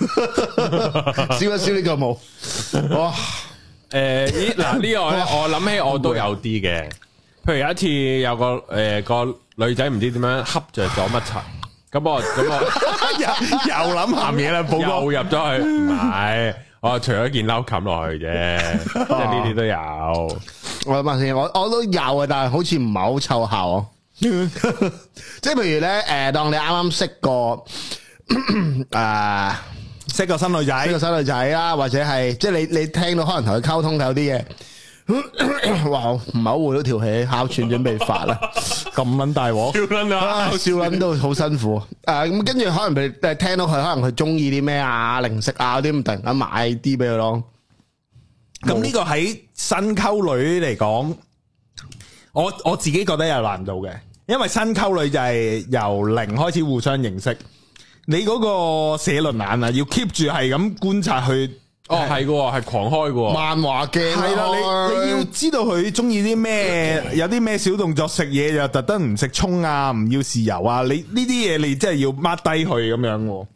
Speaker 3: 燒一燒呢個毛。哇！
Speaker 1: 诶，呃 咦嗱呢個咧，我諗起我都有啲嘅。譬如有一次有個诶个女仔唔知點樣恰着咗乜柒，咁我咁我
Speaker 2: 又又諗鹹嘢啦，寶
Speaker 1: 又
Speaker 2: 哥，
Speaker 1: 入咗去，唔係我除咗件褸冚落去 啫，即係呢啲都有。哦
Speaker 3: 我諗下先，我我都有啊，但係好似唔係好凑效 啊。即係譬如咧，诶、當你啱啱識個 诶
Speaker 2: 識個新女仔
Speaker 3: 呢個細路仔啦，或者係即係你你聽到可能同佢溝通有啲嘢， 哇！我唔係好回到條氣，哮喘準備發啊啦。
Speaker 2: 咁撚大鑊，
Speaker 1: 屌撚啊！
Speaker 3: 啊，笑捻到好辛 苦。诶、咁跟住可能佢诶听到佢可能佢中意啲咩啊，零食啊嗰啲，咁突然間買啲俾佢咯。
Speaker 2: 咁呢個喺新溝女嚟講，我我自己覺得有難度嘅，因為新溝女就係由零開始互相認識，你嗰個社論眼啊，要 keep 住係咁觀察佢。
Speaker 1: 哦，係嘅喎，係狂開嘅喎。
Speaker 3: 漫畫鏡
Speaker 2: 系啦，你你要
Speaker 3: 要
Speaker 2: 知道佢中意啲咩，有啲咩小動作，食嘢又特登唔食葱啊，唔要豉油啊，你呢啲嘢你真係要 mark 低佢咁樣喎。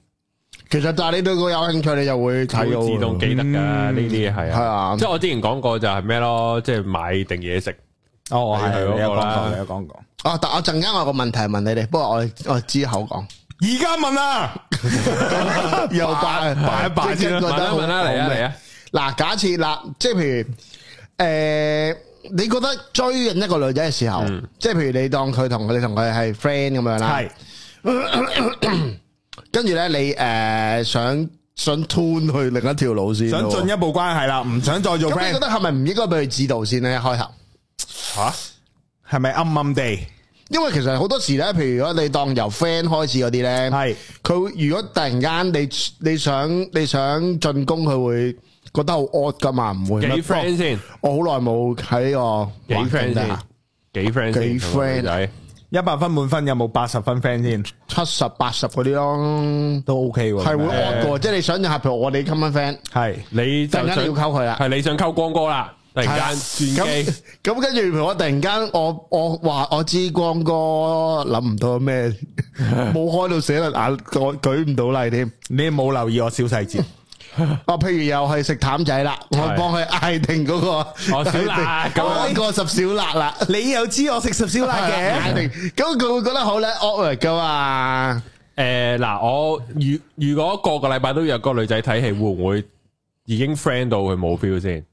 Speaker 3: 其實但係你對佢有興趣，你就會睇到
Speaker 1: 會
Speaker 3: 㗎
Speaker 1: 自動記得㗎，呢啲係
Speaker 3: 嗯係
Speaker 1: 啊，
Speaker 3: 啊
Speaker 1: 即。係我之前講過就係咩咯，即係買定嘢食，係
Speaker 2: 哦
Speaker 1: 係
Speaker 2: 你有
Speaker 1: 嗰個
Speaker 2: 講
Speaker 1: 啦
Speaker 2: 過，你有講過。
Speaker 3: 啊，但我陣間我有個問題問你哋，不過我我之後講。
Speaker 2: 而家問啊，
Speaker 3: 又擺
Speaker 2: 擺一擺先啦
Speaker 1: 問啦問啦嚟啊嚟啊！
Speaker 3: 嗱，假設啦，即係譬如诶、誒你覺得追緊一個女仔嘅時候，即係譬如你當佢同佢你同佢係 friend 咁樣啦，
Speaker 2: 係
Speaker 3: 跟住咧你诶、誒想想 turn 去另一條路先咯，
Speaker 2: 想進一步關係啦，唔想再做
Speaker 3: 咁你覺
Speaker 2: friend
Speaker 3: 得係咪唔應該俾佢知道先咧？一開頭，
Speaker 2: 吓，係咪暗暗地？
Speaker 3: 因因為其實好多時咧，譬如如果你當由 friend 開始嗰啲咧，
Speaker 2: 係
Speaker 3: 佢如果突然間你你想你想進攻，佢會覺得好 odd 噶嘛，唔會
Speaker 1: 幾
Speaker 3: 咩
Speaker 1: friend 先，
Speaker 3: 我好耐冇喺呢
Speaker 1: 幾
Speaker 3: 個
Speaker 1: friend 先，幾 friend 先，
Speaker 3: 幾 friend
Speaker 1: 仔，
Speaker 2: 一百分滿分有冇八十分 friend 先？
Speaker 3: 七十八十嗰啲咯，
Speaker 2: 都 OK 喎，
Speaker 3: 係會
Speaker 2: 咁樣
Speaker 3: odd 嘅，即係你想象下，譬如我哋 common friend，
Speaker 2: 係
Speaker 1: 你
Speaker 3: 突
Speaker 1: 就
Speaker 3: 然間你要
Speaker 1: 想
Speaker 3: 溝佢啦。
Speaker 1: 係你想溝光哥啦，突然間轉
Speaker 3: 咁
Speaker 1: 機，
Speaker 3: 咁跟住，譬如我突然間，我我話我知光哥諗唔 到咩，冇開到寫得眼，我舉唔到 例添。
Speaker 2: 你冇留意我小細節，
Speaker 3: 啊，譬如又係食淡仔啦，我
Speaker 1: 係
Speaker 3: 幫佢嗌定嗰個，
Speaker 1: 哦小辣咁樣
Speaker 3: 嗰個十小辣啦，
Speaker 2: 你又知我食十小辣
Speaker 3: 嗌
Speaker 2: 嘅，
Speaker 3: 定，咁佢會覺得好咧 awkward 噶嘛，
Speaker 1: 誒嗱，我如如果個個禮拜都約個女仔睇戲，會唔會已經 friend 到佢冇 feel 先？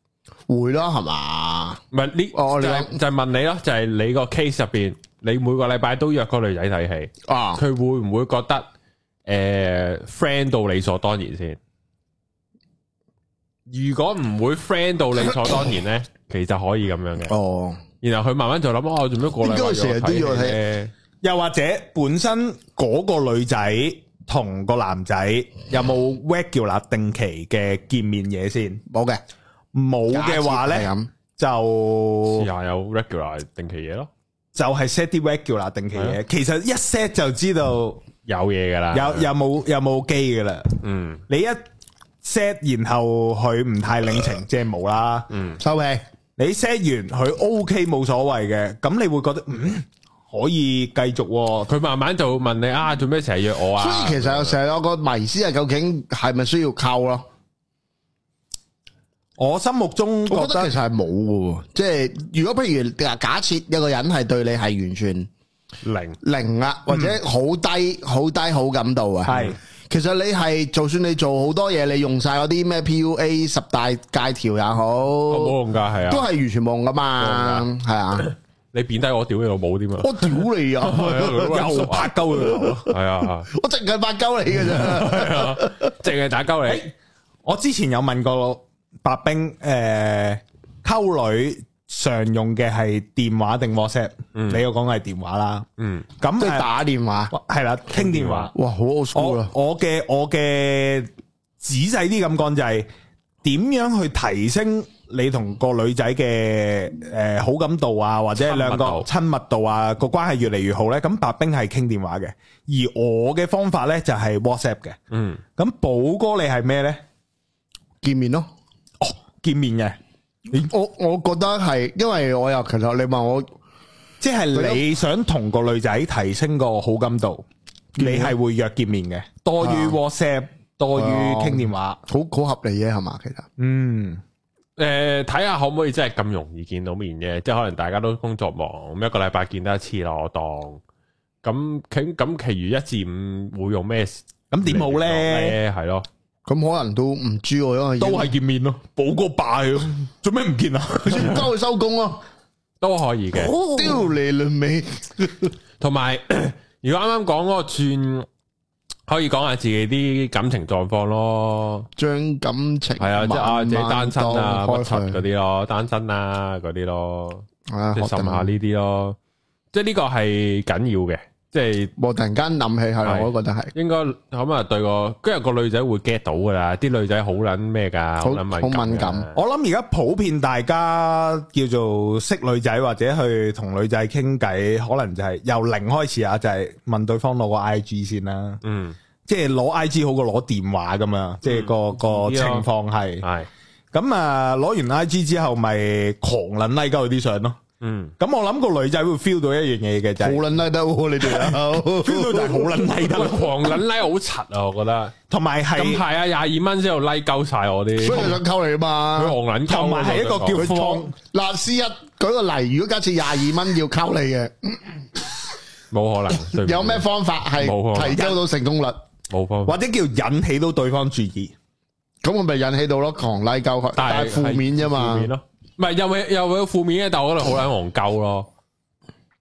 Speaker 3: 會咯係嘛？
Speaker 1: 唔係呢，
Speaker 3: 哦
Speaker 1: 就
Speaker 3: 你
Speaker 1: 係
Speaker 3: 講
Speaker 1: 就係問你咯，就係你個 case 入邊，你每個禮拜都約個女仔睇戲，
Speaker 3: 啊，
Speaker 1: 佢會唔會覺得誒 friend 到理所當然先？如果唔會 friend 到理所當然咧，其實可以咁 樣嘅。
Speaker 3: 哦，
Speaker 1: 然後佢慢慢就諗，哦，做咩個禮拜
Speaker 3: 應該
Speaker 1: 要
Speaker 3: 佢成日都要
Speaker 1: 我
Speaker 3: 我睇
Speaker 1: 睇戲呢
Speaker 2: 又或者本身嗰個女仔同個男仔有冇 regular 定期嘅見面嘢先？
Speaker 3: 冇嘅，
Speaker 2: 冇嘅話
Speaker 3: 假設
Speaker 2: 咧，
Speaker 3: 係咁
Speaker 1: 試
Speaker 2: 就
Speaker 1: 下有 regular 定期嘢咯，
Speaker 2: 就係 set 啲 regular 定期嘢。其實一 set 就知道
Speaker 1: 有嘢噶啦，
Speaker 2: 有有冇有冇機噶啦。
Speaker 1: 嗯
Speaker 2: 你一 set，然後佢唔太領情，即係冇啦。
Speaker 1: 嗯
Speaker 3: 收皮。
Speaker 2: 你 set 完佢 OK 冇所謂嘅，咁你會覺得嗯可以繼續喎。
Speaker 1: 佢慢慢就問你啊，做咩成日約我啊？
Speaker 3: 所以其實有成日有個迷思係究竟係咪需要溝咯？
Speaker 2: 我心目中覺
Speaker 3: 我覺得
Speaker 2: 得
Speaker 3: 其實係冇嘅喎，即係如果譬如假假設一個人係對你係完全
Speaker 1: 零
Speaker 3: 零啊，或者好低、好低好感度啊，
Speaker 2: 係
Speaker 3: 其實你係就算你做好多嘢，你用晒嗰啲咩 PUA 十大戒條也好，
Speaker 1: 我冇用噶，係
Speaker 3: 都
Speaker 1: 啊，
Speaker 3: 係完全冇用噶嘛，係 啊，
Speaker 1: 你貶低我屌你老母添啊！
Speaker 3: 我屌你 啊！
Speaker 2: 又拍鳩佢流。
Speaker 1: 係啊，
Speaker 3: 我淨係發鳩你嘅咋，
Speaker 1: 係啊，淨係打鳩
Speaker 2: 哎
Speaker 1: 你。
Speaker 2: 我之前有問過白冰，诶、溝女常用嘅係電話定 WhatsApp？、你又講係電話啦，
Speaker 1: 嗯，
Speaker 2: 咁
Speaker 3: 即係
Speaker 2: 係
Speaker 3: 打電話，
Speaker 2: 係啦，傾電話。
Speaker 3: 哇，好 old school 啊
Speaker 2: 我
Speaker 3: 啦，
Speaker 2: 我嘅我嘅仔細啲咁講就係點樣去提升你同個女仔嘅诶好感度啊，或者兩個親密度啊個關係越嚟越好呢？咁白冰係傾電話嘅，而我嘅方法呢就係 WhatsApp 嘅。
Speaker 1: 嗯，
Speaker 2: 咁寶哥你係咩呢？
Speaker 3: 見面咯。
Speaker 2: 哦，見面嘅。
Speaker 3: 我我覺得係，因為我又其實你問我
Speaker 2: 即係你想同個女仔提升個好感度，你係會約見面嘅，多於
Speaker 3: 啊
Speaker 2: WhatsApp，多於傾電話。
Speaker 3: 好好合理嘅係嘛？其實
Speaker 2: 啊嗯，
Speaker 1: 诶，睇下可唔可以真係咁容易見到面嘅，即係可能大家都工作忙，咁一個禮拜見得一次咯，我當。咁咁咁，其餘一至五會用咩？
Speaker 2: 咁點好咧？？
Speaker 1: 係咯，
Speaker 3: 咁可能都唔知喎，因為已經
Speaker 2: 係見面咯，寶哥霸佢，做咩唔見啊？
Speaker 3: 交佢收工咯，
Speaker 1: 都可以嘅。
Speaker 3: 屌你老味！
Speaker 1: 同埋，如果啱啱講嗰個轉，可以講下自己啲感情狀況咯。
Speaker 3: 將感情
Speaker 1: 系啊，即系啊，自己單身啊，不
Speaker 3: 開
Speaker 1: 柒嗰啲咯，單身啊嗰啲咯，
Speaker 3: 啊，
Speaker 1: 即
Speaker 3: 學
Speaker 1: 係滲下
Speaker 3: 定
Speaker 1: 呢啲咯，即係呢個係緊要嘅，即係
Speaker 3: 我突然間諗起係啦，
Speaker 1: 係
Speaker 3: 我都覺得係
Speaker 1: 應該咁啊對個，跟住個女仔會 get 到噶啦，啲女仔好撚咩㗎，
Speaker 3: 好
Speaker 1: 撚敏
Speaker 3: 好敏
Speaker 1: 感
Speaker 3: 感
Speaker 1: 㗎，
Speaker 2: 我諗而家普遍大家叫做識女仔或者去同女仔傾偈，可能就係由零開始啊，就係問對方攞個 I G 先啦，
Speaker 1: 嗯
Speaker 2: 即係攞 I G 好過攞電話咁啊，即係個個
Speaker 1: 易啲
Speaker 2: 情
Speaker 1: 咯
Speaker 2: 況係。
Speaker 1: 係
Speaker 2: 咁啊，攞完 I G 之後，咪狂撚 like 鳩佢啲相咯。
Speaker 1: 嗯
Speaker 2: 咁我諗個女仔會 feel 到一樣嘢嘅就
Speaker 3: 好
Speaker 2: 係
Speaker 3: 撚拉得喎，你哋啊
Speaker 2: feel 到就係好撚 like
Speaker 1: 喂
Speaker 2: 得，
Speaker 1: 狂撚拉好柒啊，我覺得
Speaker 2: 同埋
Speaker 1: 近
Speaker 2: 係
Speaker 1: 排啊廿二蚊先度拉鳩晒我啲，
Speaker 3: 所以
Speaker 1: 佢
Speaker 3: 就想溝你啊嘛。
Speaker 1: 戇撚鳩啊
Speaker 2: 同埋係一個
Speaker 1: 我想講
Speaker 2: 叫放
Speaker 3: 放嗱，試一舉個例，如果假設廿二蚊要溝你嘅，
Speaker 1: 冇可能對唔住，
Speaker 3: 有咩方法係
Speaker 1: 冇啊
Speaker 3: 提高到成功率？
Speaker 1: 冇方法
Speaker 2: 或者叫引起到對方注意。
Speaker 3: 咁我咪引起到咯，狂拉鳩佢，但
Speaker 1: 係
Speaker 3: 係負面啫
Speaker 1: 負
Speaker 3: 嘛
Speaker 1: 面。咯，唔係又會又會有負面嘅，但我覺得好撚戇鳩咯，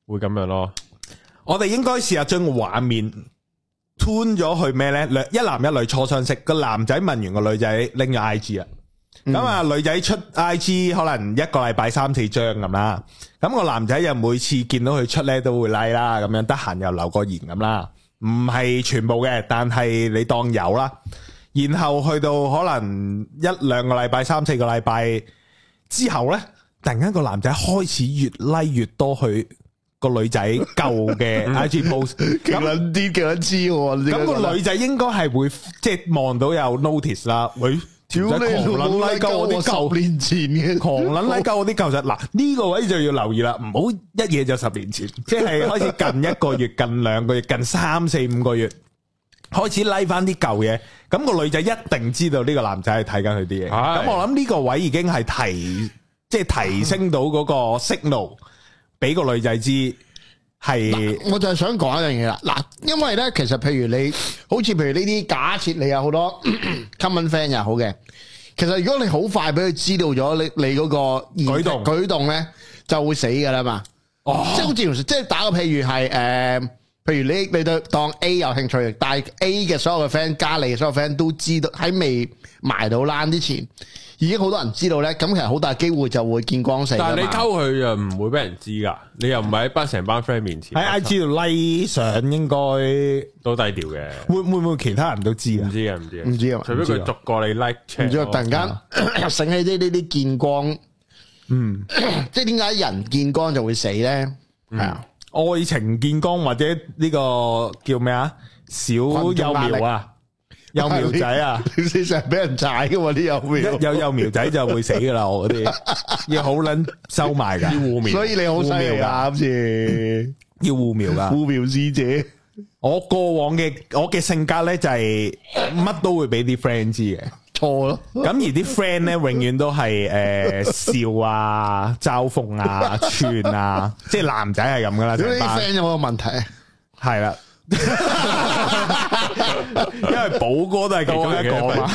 Speaker 1: 會咁樣咯。
Speaker 2: 我哋應該試下將個畫面 turn 咗去咩呢？兩一男一女初相識，個男仔問完個女仔拎咗 I G 啦，咁啊，女仔出 I G 可能一個禮拜三四張咁啦，咁個男仔就每次見到佢出咧都會 like 啦，咁樣得閒又留個言咁啦，唔係全部嘅，但係你當有啦。然後去到可能一兩個禮拜、三四個禮拜之後呢，突然間個男仔開始越 like 越多佢個女仔舊嘅 I G post，
Speaker 3: 极
Speaker 2: 咁
Speaker 3: 撚啲，极撚知啊我。
Speaker 2: 咁個
Speaker 3: 个
Speaker 2: 女仔應該係會即係望到有 notice 啦，喂，
Speaker 3: 屌
Speaker 2: 條仔
Speaker 3: 你
Speaker 2: 狂
Speaker 3: 老母
Speaker 2: 撚
Speaker 3: 拉
Speaker 2: like 鳩
Speaker 3: 鳩
Speaker 2: 我啲
Speaker 3: 我
Speaker 2: 舊
Speaker 3: 十年前嘅，
Speaker 2: 狂捻拉鳩嗰啲舊實嗱呢個位就要留意啦，唔好一嘢就十年 前，即係開始近一個月、近兩個月、近三四五個月開始拉翻啲舊嘢，咁、個女仔一定知道呢個男仔係睇緊佢啲嘢。
Speaker 1: 係
Speaker 2: 咁我諗呢個位已經係提，即係提升到嗰個 signal 俾個女仔知係
Speaker 3: 我就係想講一樣嘢啦。嗱，因為咧，其實譬如你，好似譬如呢啲，假設你有好多 common friend 又好嘅，其實如果你好快俾佢知道咗你你嗰個言
Speaker 2: 舉動
Speaker 3: 舉動咧，就會死噶啦嘛。
Speaker 2: 哦
Speaker 3: 即係好似即係打個譬如係誒、呃譬如你你對當 A 有興趣，但係 A 嘅所有嘅 friend 加你嘅所有 friend 都知道喺未埋到欄之前，已經好多人知道咧，咁其實好大機會就會見光死㗎嘛。
Speaker 1: 但系你溝佢又唔會俾人知噶，你又唔係喺班成班 friend 面前
Speaker 2: 喺 I G 度 like 相，應該會
Speaker 1: 都低調嘅，
Speaker 2: 會唔會其他人都知
Speaker 1: 唔
Speaker 2: 啊？
Speaker 1: 知嘅唔知嘅，
Speaker 3: 唔知啊
Speaker 1: 除非佢逐個你 like check
Speaker 3: 唔知啊
Speaker 1: 咯
Speaker 3: 突然間 醒起啲呢啲見光，
Speaker 2: 嗯，
Speaker 3: 即係點解人見光就會死咧？係啊，
Speaker 2: 愛情健康或者呢個叫咩啊？小幼苗啊，幼 苗仔啊，
Speaker 3: 你你成日俾人踩嘅喎啲幼
Speaker 2: 一
Speaker 3: 苗，
Speaker 2: 有幼苗仔就會死噶啦！我嗰啲要好撚收埋噶
Speaker 1: 要，互面，
Speaker 3: 所以你好犀
Speaker 2: 護
Speaker 3: 利
Speaker 2: 苗
Speaker 3: 啊！
Speaker 2: 啊
Speaker 3: 啱先，
Speaker 2: 要護苗噶。
Speaker 3: 護苗師姐，
Speaker 2: 我過往嘅我嘅性格咧就係乜都會俾啲 friend 知嘅，
Speaker 3: 錯咯。
Speaker 2: 咁而啲 friend 咧永遠都係诶笑啊、嘲諷啊、串啊，即係男仔係咁噶啦，
Speaker 3: 屌
Speaker 2: 成
Speaker 3: 你啲
Speaker 2: 班
Speaker 3: friend 有冇個問題？
Speaker 2: 係啦。 因為寶哥都係其中一個嘛，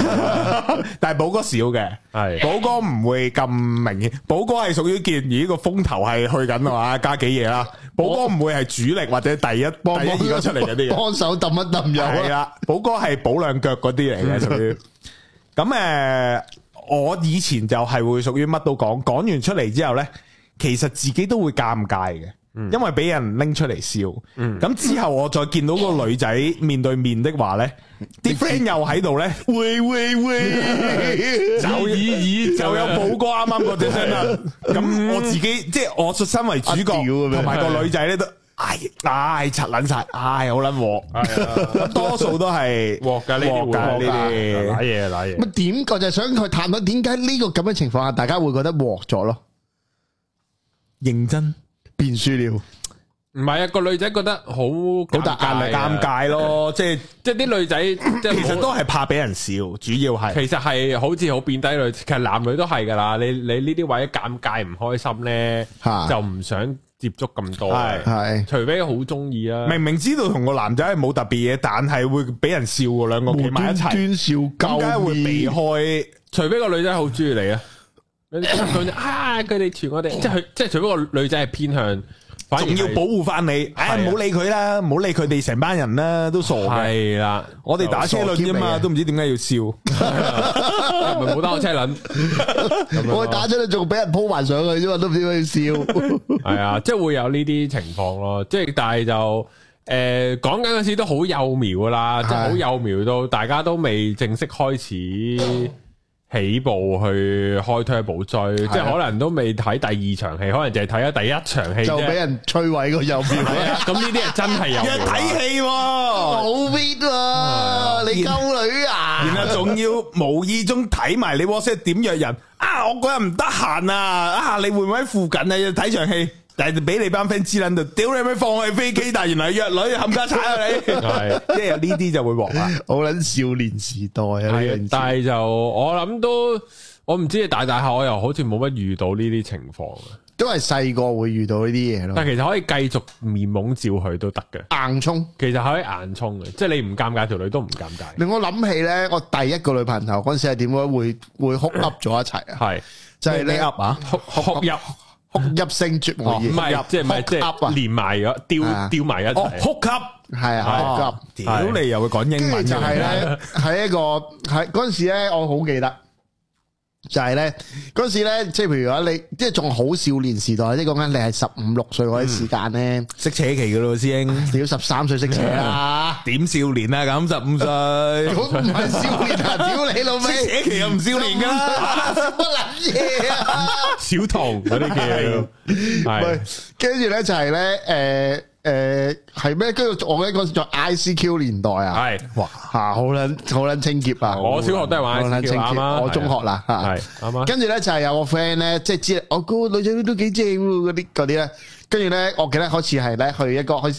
Speaker 2: 但係寶哥少嘅。
Speaker 1: 係
Speaker 2: 寶哥唔會咁明顯，寶哥係屬於建議個風頭係去緊啊，加幾嘢啦。寶哥唔會係主力或者 第一
Speaker 3: 幫
Speaker 2: 第一二個出嚟嗰啲嘅，
Speaker 3: 幫手揼一揼
Speaker 2: 係
Speaker 3: 有啊。
Speaker 2: 啦。寶哥係補兩腳嗰啲嚟 嘅，屬於。咁诶，誒我以前就係會屬於乜都講，講完出嚟之後呢，其實自己都會尷尬嘅。
Speaker 3: 嗯
Speaker 2: 因為俾人拎出嚟笑，咁、之後我再見到個女仔面對面的話呢，啲 friend 又喺 度呢。
Speaker 3: 喂喂 喂，
Speaker 1: 就以以
Speaker 2: 就有寶哥啱啱嗰隻 聲啦。咁我自己即係我身為主角，
Speaker 3: 啊屌咁樣
Speaker 2: 同埋個女仔 咧都，唉唉，柒撚晒，唉好撚鑊。
Speaker 3: 啊
Speaker 2: 多數 都係
Speaker 1: 镬噶呢啲
Speaker 2: 鑊㗎
Speaker 1: 會
Speaker 2: 呢
Speaker 1: 打
Speaker 2: 啲。
Speaker 1: 嘢打嘢
Speaker 3: 咪，點我就係想佢探討點解呢個咁嘅情況下，大家會覺得獲咗咯，
Speaker 2: 認真
Speaker 3: 變輸了。
Speaker 1: 唔係啊個女仔覺得好好
Speaker 2: 好大壓力，尷，尬咯。即係
Speaker 1: 即係啲女仔 即係
Speaker 2: 其
Speaker 1: 冇
Speaker 2: 實都係怕俾人笑，主要係
Speaker 1: 其實係好似好變低女，其實男女都係噶啦。你你呢啲位尷尬唔開心咧，
Speaker 3: 嚇
Speaker 1: 就唔想接觸咁多，
Speaker 2: 係
Speaker 3: 係
Speaker 1: 除非好中意啦。
Speaker 2: 明明知道同個男仔係冇特別嘢，但係會俾人笑喎。兩個企
Speaker 3: 無
Speaker 2: 埋
Speaker 3: 端
Speaker 2: 一齊，
Speaker 3: 端笑
Speaker 2: 點解
Speaker 3: 鳩
Speaker 2: 會避
Speaker 3: 面，
Speaker 2: 開？
Speaker 1: 除非個女仔好中意你啊，你咁啊，佢哋傳我哋，即係佢即係除非個女仔係偏向，反而
Speaker 2: 仲要
Speaker 1: 係
Speaker 2: 保護翻你，唉，
Speaker 1: 係啊
Speaker 2: 唔好理佢啦，唔好理佢哋成班人啦，都傻嘅。
Speaker 1: 係啦，
Speaker 2: 我哋 打車輪啫
Speaker 3: 傻
Speaker 2: 嘛，
Speaker 3: 堅嚟嘅
Speaker 2: 都唔知點解要笑。
Speaker 1: 係咪冇得我車 輪，
Speaker 3: 我哋打出嚟仲俾人鋪埋上去啫嘛，都唔知點解要笑。
Speaker 1: 係啊，即係會有呢啲情況咯。即係但係就。诶，講緊嗰時都好幼苗噶啦，即係好
Speaker 3: 係
Speaker 1: 幼苗到大家都未正式開始起步去開推補追，即係可能都未睇第二場戲，可能就係睇咗第一場戲
Speaker 3: 就俾
Speaker 1: 啫。
Speaker 3: 人摧毀個右
Speaker 1: 係
Speaker 3: 邊，
Speaker 1: 啊咁呢啲係真係有 苗啦啊
Speaker 2: 戲喎，
Speaker 3: 好 fit 喎！你溝女啊？
Speaker 2: 然後仲要無意中睇埋你 WhatsApp 點約人啊！我嗰日唔得閒啊，啊你會唔會喺附近啊要睇場戲？但係俾你班 friend 知撚到，屌你咪放我去飛機，但係原來約女冚家鏟啊你！
Speaker 1: 係
Speaker 2: 即係呢啲就會黃啦。
Speaker 3: 好撚少年時代啊！呢
Speaker 1: 系
Speaker 3: 樣，
Speaker 1: 但
Speaker 3: 嘢
Speaker 1: 係就我諗都，我唔知大大下，我又好似冇乜遇到呢啲情況。啊
Speaker 3: 都係細個會遇到呢啲嘢咯。
Speaker 1: 但其實可以繼續面懵照佢都得嘅，
Speaker 3: 硬衝。
Speaker 1: 其實可以硬衝嘅，即係你唔尷尬，條女都唔尷尬。
Speaker 3: 令我諗起咧，我第一個女朋友嗰阵时系点咧？會会哭泣咗一齊啊？
Speaker 1: 係
Speaker 3: 就係
Speaker 2: 咩
Speaker 3: 你
Speaker 2: up 啊？
Speaker 1: 哭哭泣，
Speaker 3: 哭泣聲絕
Speaker 1: 哦
Speaker 3: 無
Speaker 1: 唔
Speaker 3: 言，
Speaker 1: 係即係唔係即
Speaker 3: 哭
Speaker 1: 係
Speaker 3: 泣
Speaker 1: 連埋咗，吊
Speaker 3: 啊
Speaker 1: 吊埋一
Speaker 2: 哦，
Speaker 1: 齊。
Speaker 2: 哭泣，
Speaker 3: 系
Speaker 2: Ờ.
Speaker 3: 啊，哭泣。
Speaker 2: 屌你又會講英
Speaker 3: 跟住
Speaker 2: 文
Speaker 3: 就係
Speaker 2: 嘅，
Speaker 3: 咧，喺一個喺嗰阵时咧，我好記得就係咧嗰陣時咧，即係譬如話你即係仲好少年時代，即係講緊你係十五六歲嗰啲時間咧，
Speaker 2: 识扯旗噶咯，師兄。
Speaker 3: 屌十三歲識扯 啦，
Speaker 2: 點少年啊？咁 十五
Speaker 3: 屌
Speaker 2: 歲，
Speaker 3: 唔係少年啊，屌你老
Speaker 2: 識
Speaker 3: 味，
Speaker 2: 扯旗又唔少年噶啦。
Speaker 3: 乜撚嘢啊！
Speaker 1: 小童嗰 啲叫
Speaker 3: 喂
Speaker 1: 係，
Speaker 3: 跟住咧就係咧，誒誒係咩？跟住我咧嗰時仲 ICQ 年代啊，
Speaker 1: 係
Speaker 2: 哇！
Speaker 3: 嚇好撚好撚清潔啊！
Speaker 1: 我小學都係玩
Speaker 3: 好撚
Speaker 1: ICQ
Speaker 3: 清
Speaker 1: 啱啊
Speaker 3: 潔，我中學啦嚇。
Speaker 1: 係啱啊，
Speaker 3: 跟住咧就係有個 friend 咧，即係知我估女仔都幾正喎嗰啲嗰啲咧。跟住咧，我記得開始係咧去一個去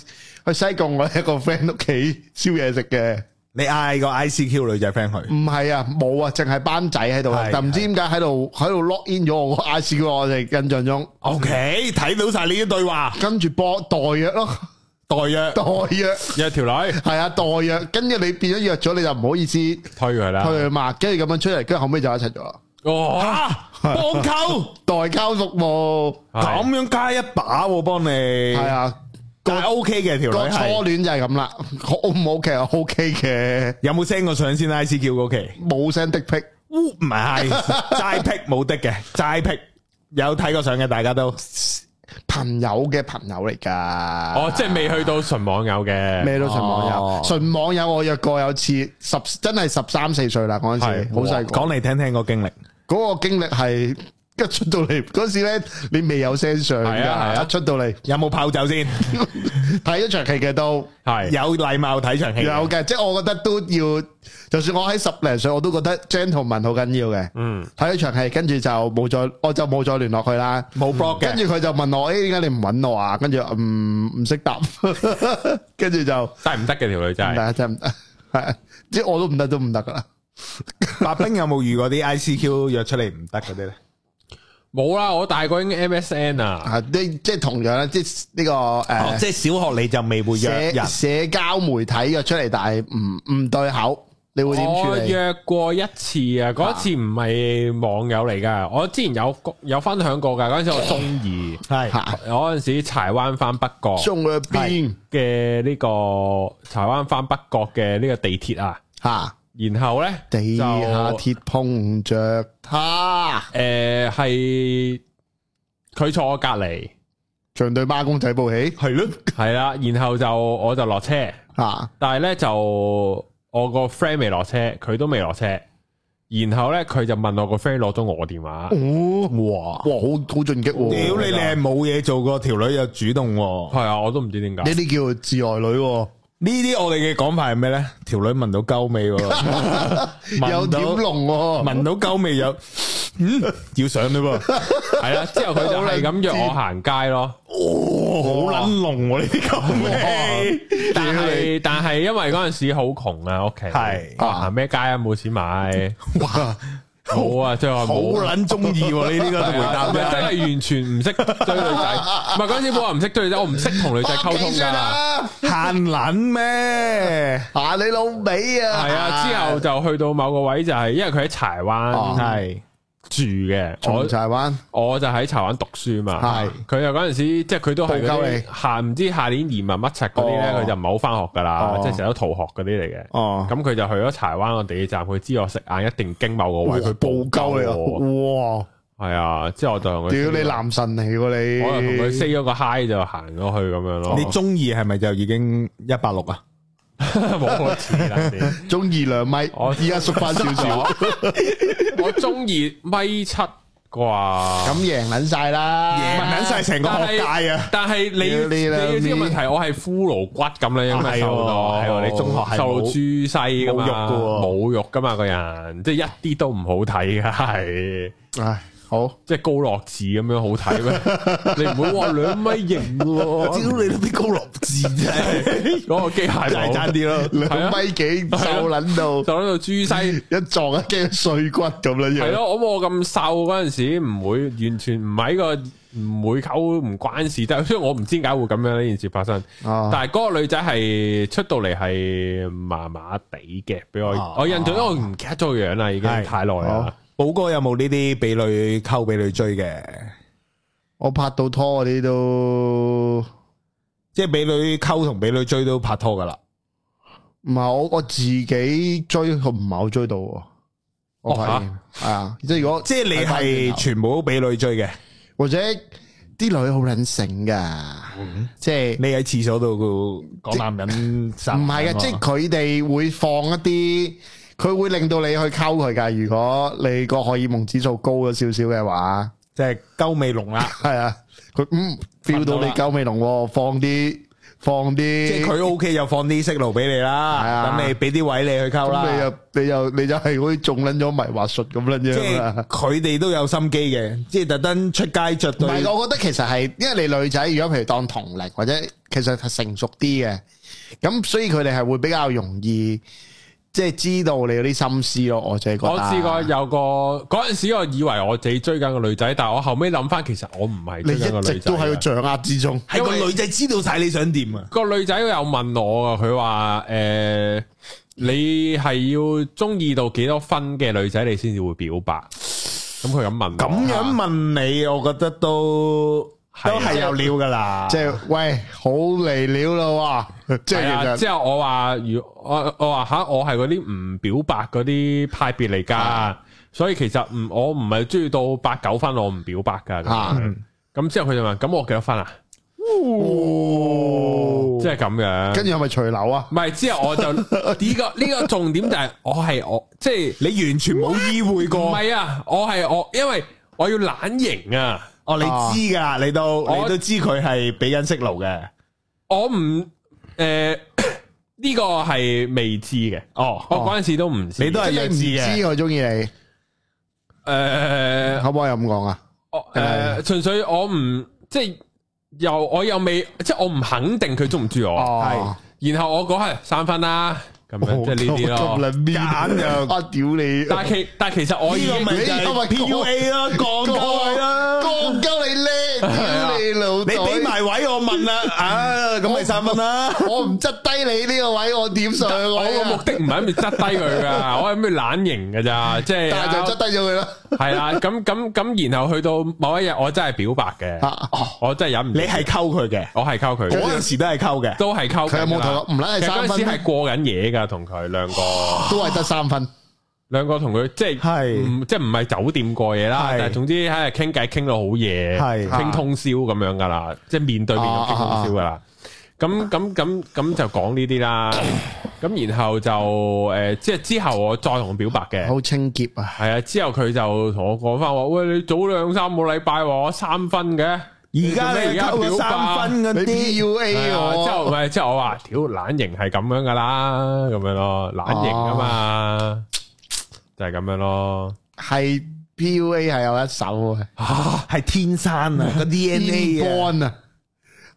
Speaker 3: 去西貢我一個 friend 屋企燒嘢食嘅，
Speaker 2: 你嗌個 ICQ 女仔 friend 去，
Speaker 3: 唔係啊冇啊，淨係班仔喺度啊
Speaker 2: 係，
Speaker 3: 但唔知點解喺度喺度 lock in 咗我個 I C 嘅，我哋印象中，
Speaker 2: O K，睇到晒呢啲對話，
Speaker 3: 跟住播代約咯，
Speaker 2: 代約
Speaker 3: 代約
Speaker 1: 有條女
Speaker 3: 係啊代約，跟住你變咗約咗你就唔好意思去
Speaker 1: 推佢啦，
Speaker 3: 佢嘛，跟住咁樣出嚟，跟住後尾就一齊咗啦，
Speaker 1: 哦，
Speaker 2: 啊，幫溝
Speaker 3: 代交服務
Speaker 1: 係
Speaker 2: 咁樣加一把喎，幫你
Speaker 3: 係，啊，
Speaker 2: 但係 O K 嘅條
Speaker 3: 個
Speaker 2: 女
Speaker 3: 初
Speaker 2: 係，
Speaker 3: 戀就係咁啦，O 唔 O K 啊？O K 嘅。
Speaker 2: 有冇 send 過相先 ICQ 嗰期？
Speaker 3: 冇聲的屁，
Speaker 2: 唔 係，齋劈冇的嘅，齋劈有睇過相嘅，大家都
Speaker 3: 朋友嘅朋友嚟噶。
Speaker 1: 哦，即係未去到純網友嘅，
Speaker 3: 咩都純網
Speaker 2: 哦
Speaker 3: 友，純網友我約過有次十，真係十三四歲啦嗰陣時，好細個。
Speaker 2: 講嚟聽聽個經歷。
Speaker 3: 嗰個經歷係一出到嚟嗰時咧，你未有聲相
Speaker 1: 係啊係
Speaker 3: 㗎，
Speaker 1: 啊
Speaker 3: 一出到嚟
Speaker 2: 有冇泡酒先？
Speaker 3: 睇咗場戲嘅都
Speaker 1: 係
Speaker 2: 有禮貌睇場戲。
Speaker 1: 啊
Speaker 3: 有嘅，即係我覺得都要，就算我喺十零歲，我都覺得 gentleman 好緊要嘅。
Speaker 1: 嗯，
Speaker 3: 睇咗場戲，跟住就冇再，我就冇再聯絡佢啦。
Speaker 2: 冇 block
Speaker 3: 跟
Speaker 2: 嘅
Speaker 3: 住。佢就問我：，誒點解你唔揾我啊？跟住唔唔識答， 跟住就。
Speaker 1: 但係唔得嘅條女真
Speaker 3: 唔
Speaker 1: 係
Speaker 3: 得。啊真係唔得，系啊，即系我都唔得都唔得噶啦。
Speaker 2: 白冰有冇遇過啲 ICQ 約出嚟唔得嗰啲咧？
Speaker 1: 冇啦，我大個已經 MSN 啊，
Speaker 3: 啊，你即系同樣啦，即系呢個
Speaker 2: 哦，
Speaker 3: 诶
Speaker 2: 即係小學你就未會約
Speaker 3: 社
Speaker 2: 人。
Speaker 3: 社交媒體約出嚟，但係唔唔對口，你會點處
Speaker 1: 我
Speaker 3: 理？
Speaker 1: 約過一次啊，嗰次唔係網友嚟噶，我之前有有分享過噶，嗰陣時我中二，
Speaker 2: 係
Speaker 3: 吓，
Speaker 1: 我嗰陣時柴灣翻北角
Speaker 3: 中去邊
Speaker 1: 嘅呢個柴灣翻北角嘅呢個地鐵啊，
Speaker 3: 吓？
Speaker 1: 然後呢，
Speaker 3: 地下
Speaker 1: 就
Speaker 3: 鐵碰着他，
Speaker 1: 誒係佢坐我隔離，
Speaker 3: 像對孖公仔報喜
Speaker 2: 係咯，
Speaker 1: 係啦，然後就我就落車。
Speaker 3: 吓，
Speaker 1: 但系咧就我個 friend 未落車，佢都未落車，然後咧佢就問我個 friend 攞咗我電話，
Speaker 3: 哦，
Speaker 2: 哇！
Speaker 3: 哇，好好進擊
Speaker 2: 屌
Speaker 3: 喎！
Speaker 2: 你，你係冇嘢做過，條女又主動喎。
Speaker 1: 係啊，我都唔知點解
Speaker 3: 呢，啲叫自愛女喎，
Speaker 2: 呢啲我哋嘅講法係咩咧？條女聞到鳩味 喎，
Speaker 3: 有
Speaker 2: 聞
Speaker 3: 點
Speaker 2: 到
Speaker 3: 濃喎，
Speaker 2: 聞到鳩味有，嗯，要上嘞噃。
Speaker 1: 係啦，之後佢就係咁約我行街咯，
Speaker 2: 哦，好撚濃喎呢啲鳩味。
Speaker 1: 但係但係因為嗰阵时好窮啊，屋企
Speaker 2: 係
Speaker 1: 啊行咩街啊，冇錢買，
Speaker 2: 哇！
Speaker 1: 冇啊，最後
Speaker 2: 好
Speaker 1: 冇啊。
Speaker 2: 撚中意喎呢啲個
Speaker 1: 係
Speaker 2: 回答
Speaker 1: 啊
Speaker 2: 真
Speaker 1: 真
Speaker 2: 係。
Speaker 1: 係完全唔識追女仔，唔係嗰陣時冇話唔識追女仔，我唔識同女仔溝通
Speaker 3: 幾歲
Speaker 1: 㗎。
Speaker 3: 啊
Speaker 2: 限撚咩？
Speaker 3: 吓你老味啊！
Speaker 1: 係啊，之後就去到某個位就係，因為佢喺柴
Speaker 3: 哦
Speaker 1: 灣
Speaker 2: 係
Speaker 1: 住嘅，我
Speaker 3: 從柴灣
Speaker 1: 我就喺柴灣讀書嘛，
Speaker 3: 係
Speaker 1: 佢就嗰陣時，即係佢都係
Speaker 3: 報
Speaker 1: 嗰
Speaker 3: 鳩
Speaker 1: 啲
Speaker 3: 你
Speaker 1: 下唔知下年移民乜柒嗰啲咧，
Speaker 3: 哦
Speaker 1: 佢就唔係好翻學噶啦
Speaker 2: 哦，
Speaker 1: 即係成日都逃學嗰啲嚟嘅。
Speaker 2: 哦，
Speaker 1: 咁佢就去咗柴灣個地鐵站，佢知我食晏一定經某個位，佢
Speaker 3: 報鳩你
Speaker 1: 我。
Speaker 3: 啊！哇！
Speaker 1: 係啊，之後我就同佢
Speaker 3: 屌
Speaker 1: say 咗
Speaker 3: 你男神嚟喎你，
Speaker 1: 我就同佢 say 咗個 hi 就行咗去咁樣咯。
Speaker 2: 你中意係咪就已經一百六啊？
Speaker 1: 冇啊我似啦你
Speaker 3: 中意兩米，
Speaker 1: 我
Speaker 3: 而家縮翻少少，
Speaker 1: 我中意米七
Speaker 3: 咁
Speaker 1: 啩。
Speaker 3: 贏撚晒啦，
Speaker 2: 贏撚晒成個學界啊！
Speaker 1: 但係你要
Speaker 3: 屌你
Speaker 1: 你
Speaker 3: 啦
Speaker 1: 要知個問題，我係骷髏骨咁咧，因為瘦到
Speaker 2: 啊係喎係喎你中學係冇
Speaker 1: 瘦到豬西噶嘛，
Speaker 2: 冇肉㗎喎
Speaker 1: 冇肉噶嘛個人，即係一啲都唔好睇噶，係
Speaker 3: 唉，好，
Speaker 1: 即係高樂字咁樣好睇咩？ 你唔會話兩米型喎，
Speaker 2: 你都啲高落字啫，
Speaker 1: 嗰個機械
Speaker 2: 真係爭
Speaker 1: 佬
Speaker 2: 啲咯。
Speaker 3: 兩米幾瘦撚
Speaker 1: 就
Speaker 3: 到
Speaker 1: 喺度豬西。
Speaker 3: 一撞一驚碎骨咁樣
Speaker 1: 係
Speaker 3: 樣，
Speaker 1: 咯，我我咁瘦嗰陣時，唔會完全唔喺個唔會溝唔關事，但係所以我唔知點解會咁樣呢件事發生。
Speaker 3: 啊
Speaker 1: 但係嗰個女仔係出到嚟係麻麻地嘅，俾我、
Speaker 2: 啊
Speaker 1: 我印象中我唔記得咗個樣啦，已經
Speaker 2: 係
Speaker 1: 太耐啦。
Speaker 2: 寶哥有冇呢啲俾女溝俾女追嘅？
Speaker 3: 我拍到拖嗰啲都
Speaker 2: 即係俾女溝同俾女追都拍拖噶啦。
Speaker 3: à? 唔係我我自己追，唔係好追到喎，我發現係啊，即係如果
Speaker 2: 即係你
Speaker 3: 睇返轉
Speaker 2: 係
Speaker 3: 頭
Speaker 2: 全部都俾女追嘅，
Speaker 3: 或者啲女好撚醒噶，即係
Speaker 2: 你喺廁所度講男人殺
Speaker 3: 唔
Speaker 2: 人
Speaker 3: 係
Speaker 2: 啊
Speaker 3: 嘅，即係佢哋會放一啲，佢會令到你去溝佢噶。如果你個荷爾蒙指數高咗少少嘅話，
Speaker 2: 即係鳩尾龍 啦，
Speaker 3: 係啊，佢嗯 feel 到你鳩尾龍喎，放啲放啲，
Speaker 2: 即係佢 OK 就放啲色路俾你
Speaker 3: 係啊
Speaker 2: 啦，咁你俾啲位你去溝
Speaker 3: 咁你
Speaker 2: 啦。
Speaker 3: 又你又你就係好似中撚咗迷幻術咁撚
Speaker 2: 即
Speaker 3: 樣啊啦
Speaker 2: 係。佢哋都有心機嘅，即係特登出街着
Speaker 3: 唔
Speaker 2: 對
Speaker 3: 係，我覺得其實係，因為你女仔如果譬如當同齡或者其實係成熟啲嘅，咁所以佢哋係會比較容易即係知道你嗰啲心思咯。我自己覺得。啊
Speaker 1: 我試過有個嗰陣時，我以為我自己追緊個女仔，但係我後尾諗翻，其實我唔係
Speaker 3: 你
Speaker 1: 追
Speaker 3: 一
Speaker 1: 緊個
Speaker 3: 直
Speaker 1: 女仔
Speaker 3: 都喺個
Speaker 1: 嘅。
Speaker 3: 掌握之中。
Speaker 2: 係
Speaker 1: 因為
Speaker 2: 個女仔知道晒你想點啊！
Speaker 1: 個女仔有問我啊，佢話诶，誒你係要中意到幾多分嘅女仔，你先至會表白。咁佢咁問我，啊
Speaker 2: 咁樣問你，我覺得都
Speaker 1: 係啊
Speaker 2: 都係有料噶啦。
Speaker 3: 即係喂，好嚟料啦喎！即係
Speaker 1: 係啊，
Speaker 3: 其實
Speaker 1: 之後我話如我我話吓，我係嗰啲唔表白嗰啲派別嚟 㗎，所以其實唔我唔係中意到八九分，我唔表白㗎。咁
Speaker 3: 啊
Speaker 1: 樣咁之後佢就問：咁我幾多分啊？
Speaker 3: 哦
Speaker 1: 即係咁樣。
Speaker 3: 跟住係咪隨樓啊？
Speaker 1: 唔係之後我就呢個呢個重點就係我係我即係
Speaker 2: 你完全冇意會
Speaker 1: 唔
Speaker 2: 過，
Speaker 1: 係啊？我係我，因為我要懶型啊！
Speaker 2: 哦，
Speaker 3: 啊
Speaker 2: 你知噶啦，你都
Speaker 1: 我
Speaker 2: 你都知佢係俾緊色路嘅。
Speaker 1: 我唔誒 呢個係未知嘅，我
Speaker 2: 哦，
Speaker 1: 嗰陣時都唔知。
Speaker 2: 你都係
Speaker 3: 即係
Speaker 2: 弱
Speaker 3: 你
Speaker 2: 智
Speaker 3: 唔知
Speaker 2: 嘅，
Speaker 3: 佢中意你，
Speaker 1: 誒
Speaker 3: 可唔可以咁講啊？
Speaker 1: 呃我誒純粹我唔即係又我又未即係我唔肯定佢中唔中意我，
Speaker 3: 哦，
Speaker 1: 然後我嗰係三分啦咁樣，即係呢啲
Speaker 3: 咁
Speaker 1: 咯。
Speaker 3: 撚面
Speaker 2: 揀就
Speaker 3: 啊！屌你，
Speaker 1: 但係其但係其實我已
Speaker 2: 呢個
Speaker 1: 經
Speaker 2: 咪
Speaker 3: 你
Speaker 2: 就
Speaker 3: 因為
Speaker 2: 係 PUA 啦，降
Speaker 3: 降
Speaker 2: 高位啦。
Speaker 3: 戇鳩你叻，屌你老
Speaker 2: 你
Speaker 3: 袋
Speaker 2: 俾埋位我問啦，啊，咁咪三分啦。
Speaker 3: 我唔执低你呢個位，我點上去
Speaker 1: 我個目
Speaker 3: 啊？
Speaker 1: 的唔係諗住執低佢噶，我係諗住懶型噶咋，即係
Speaker 3: 但係就执低咗佢啦。
Speaker 1: 系啦，咁咁咁，然後去到某一日，我真係表白嘅，
Speaker 3: 啊
Speaker 1: 我真係忍唔住
Speaker 2: 你，係溝佢嘅，
Speaker 1: 我係溝佢
Speaker 2: 我
Speaker 1: 嘅，
Speaker 2: 有時都係溝嘅。
Speaker 1: 都係溝
Speaker 3: 佢有
Speaker 1: 緊
Speaker 3: 冇
Speaker 1: 㗎
Speaker 3: 同我唔撚係
Speaker 1: 其實嗰
Speaker 3: 三
Speaker 1: 陣
Speaker 3: 分
Speaker 1: 時
Speaker 3: 咩
Speaker 1: 係？過緊嘢㗎，同佢兩個，
Speaker 3: 都係得三分。
Speaker 1: 兩個同佢即係
Speaker 2: 係
Speaker 1: 唔即係唔係酒店過夜啦，
Speaker 2: 係
Speaker 1: 但係總之喺度傾偈傾到好夜，
Speaker 2: 係
Speaker 1: 傾通宵咁樣㗎啦，即係面對面咁傾通宵㗎啦。咁咁咁咁就講呢啲啦，咁然後就誒，即係之後我再同佢表白嘅。
Speaker 3: 好清潔啊！
Speaker 1: 系啊，之後佢就同我講翻話，喂，你早兩三個禮拜話我三分嘅，
Speaker 2: 而家你
Speaker 1: 你做咩而
Speaker 2: 溝個
Speaker 1: 家表白
Speaker 2: 三分嗰
Speaker 3: 你
Speaker 2: 啲，
Speaker 1: 係
Speaker 3: PUA
Speaker 1: 啊之
Speaker 3: 我
Speaker 1: 後咪之後我話，屌懶型係咁樣噶啦，咁樣咯，懶型啊嘛，就係咁樣咯。
Speaker 3: 係 PUA 係有一手啊嘅
Speaker 2: 係天生啊，個 DNA 啊。
Speaker 3: ，inborn 啊，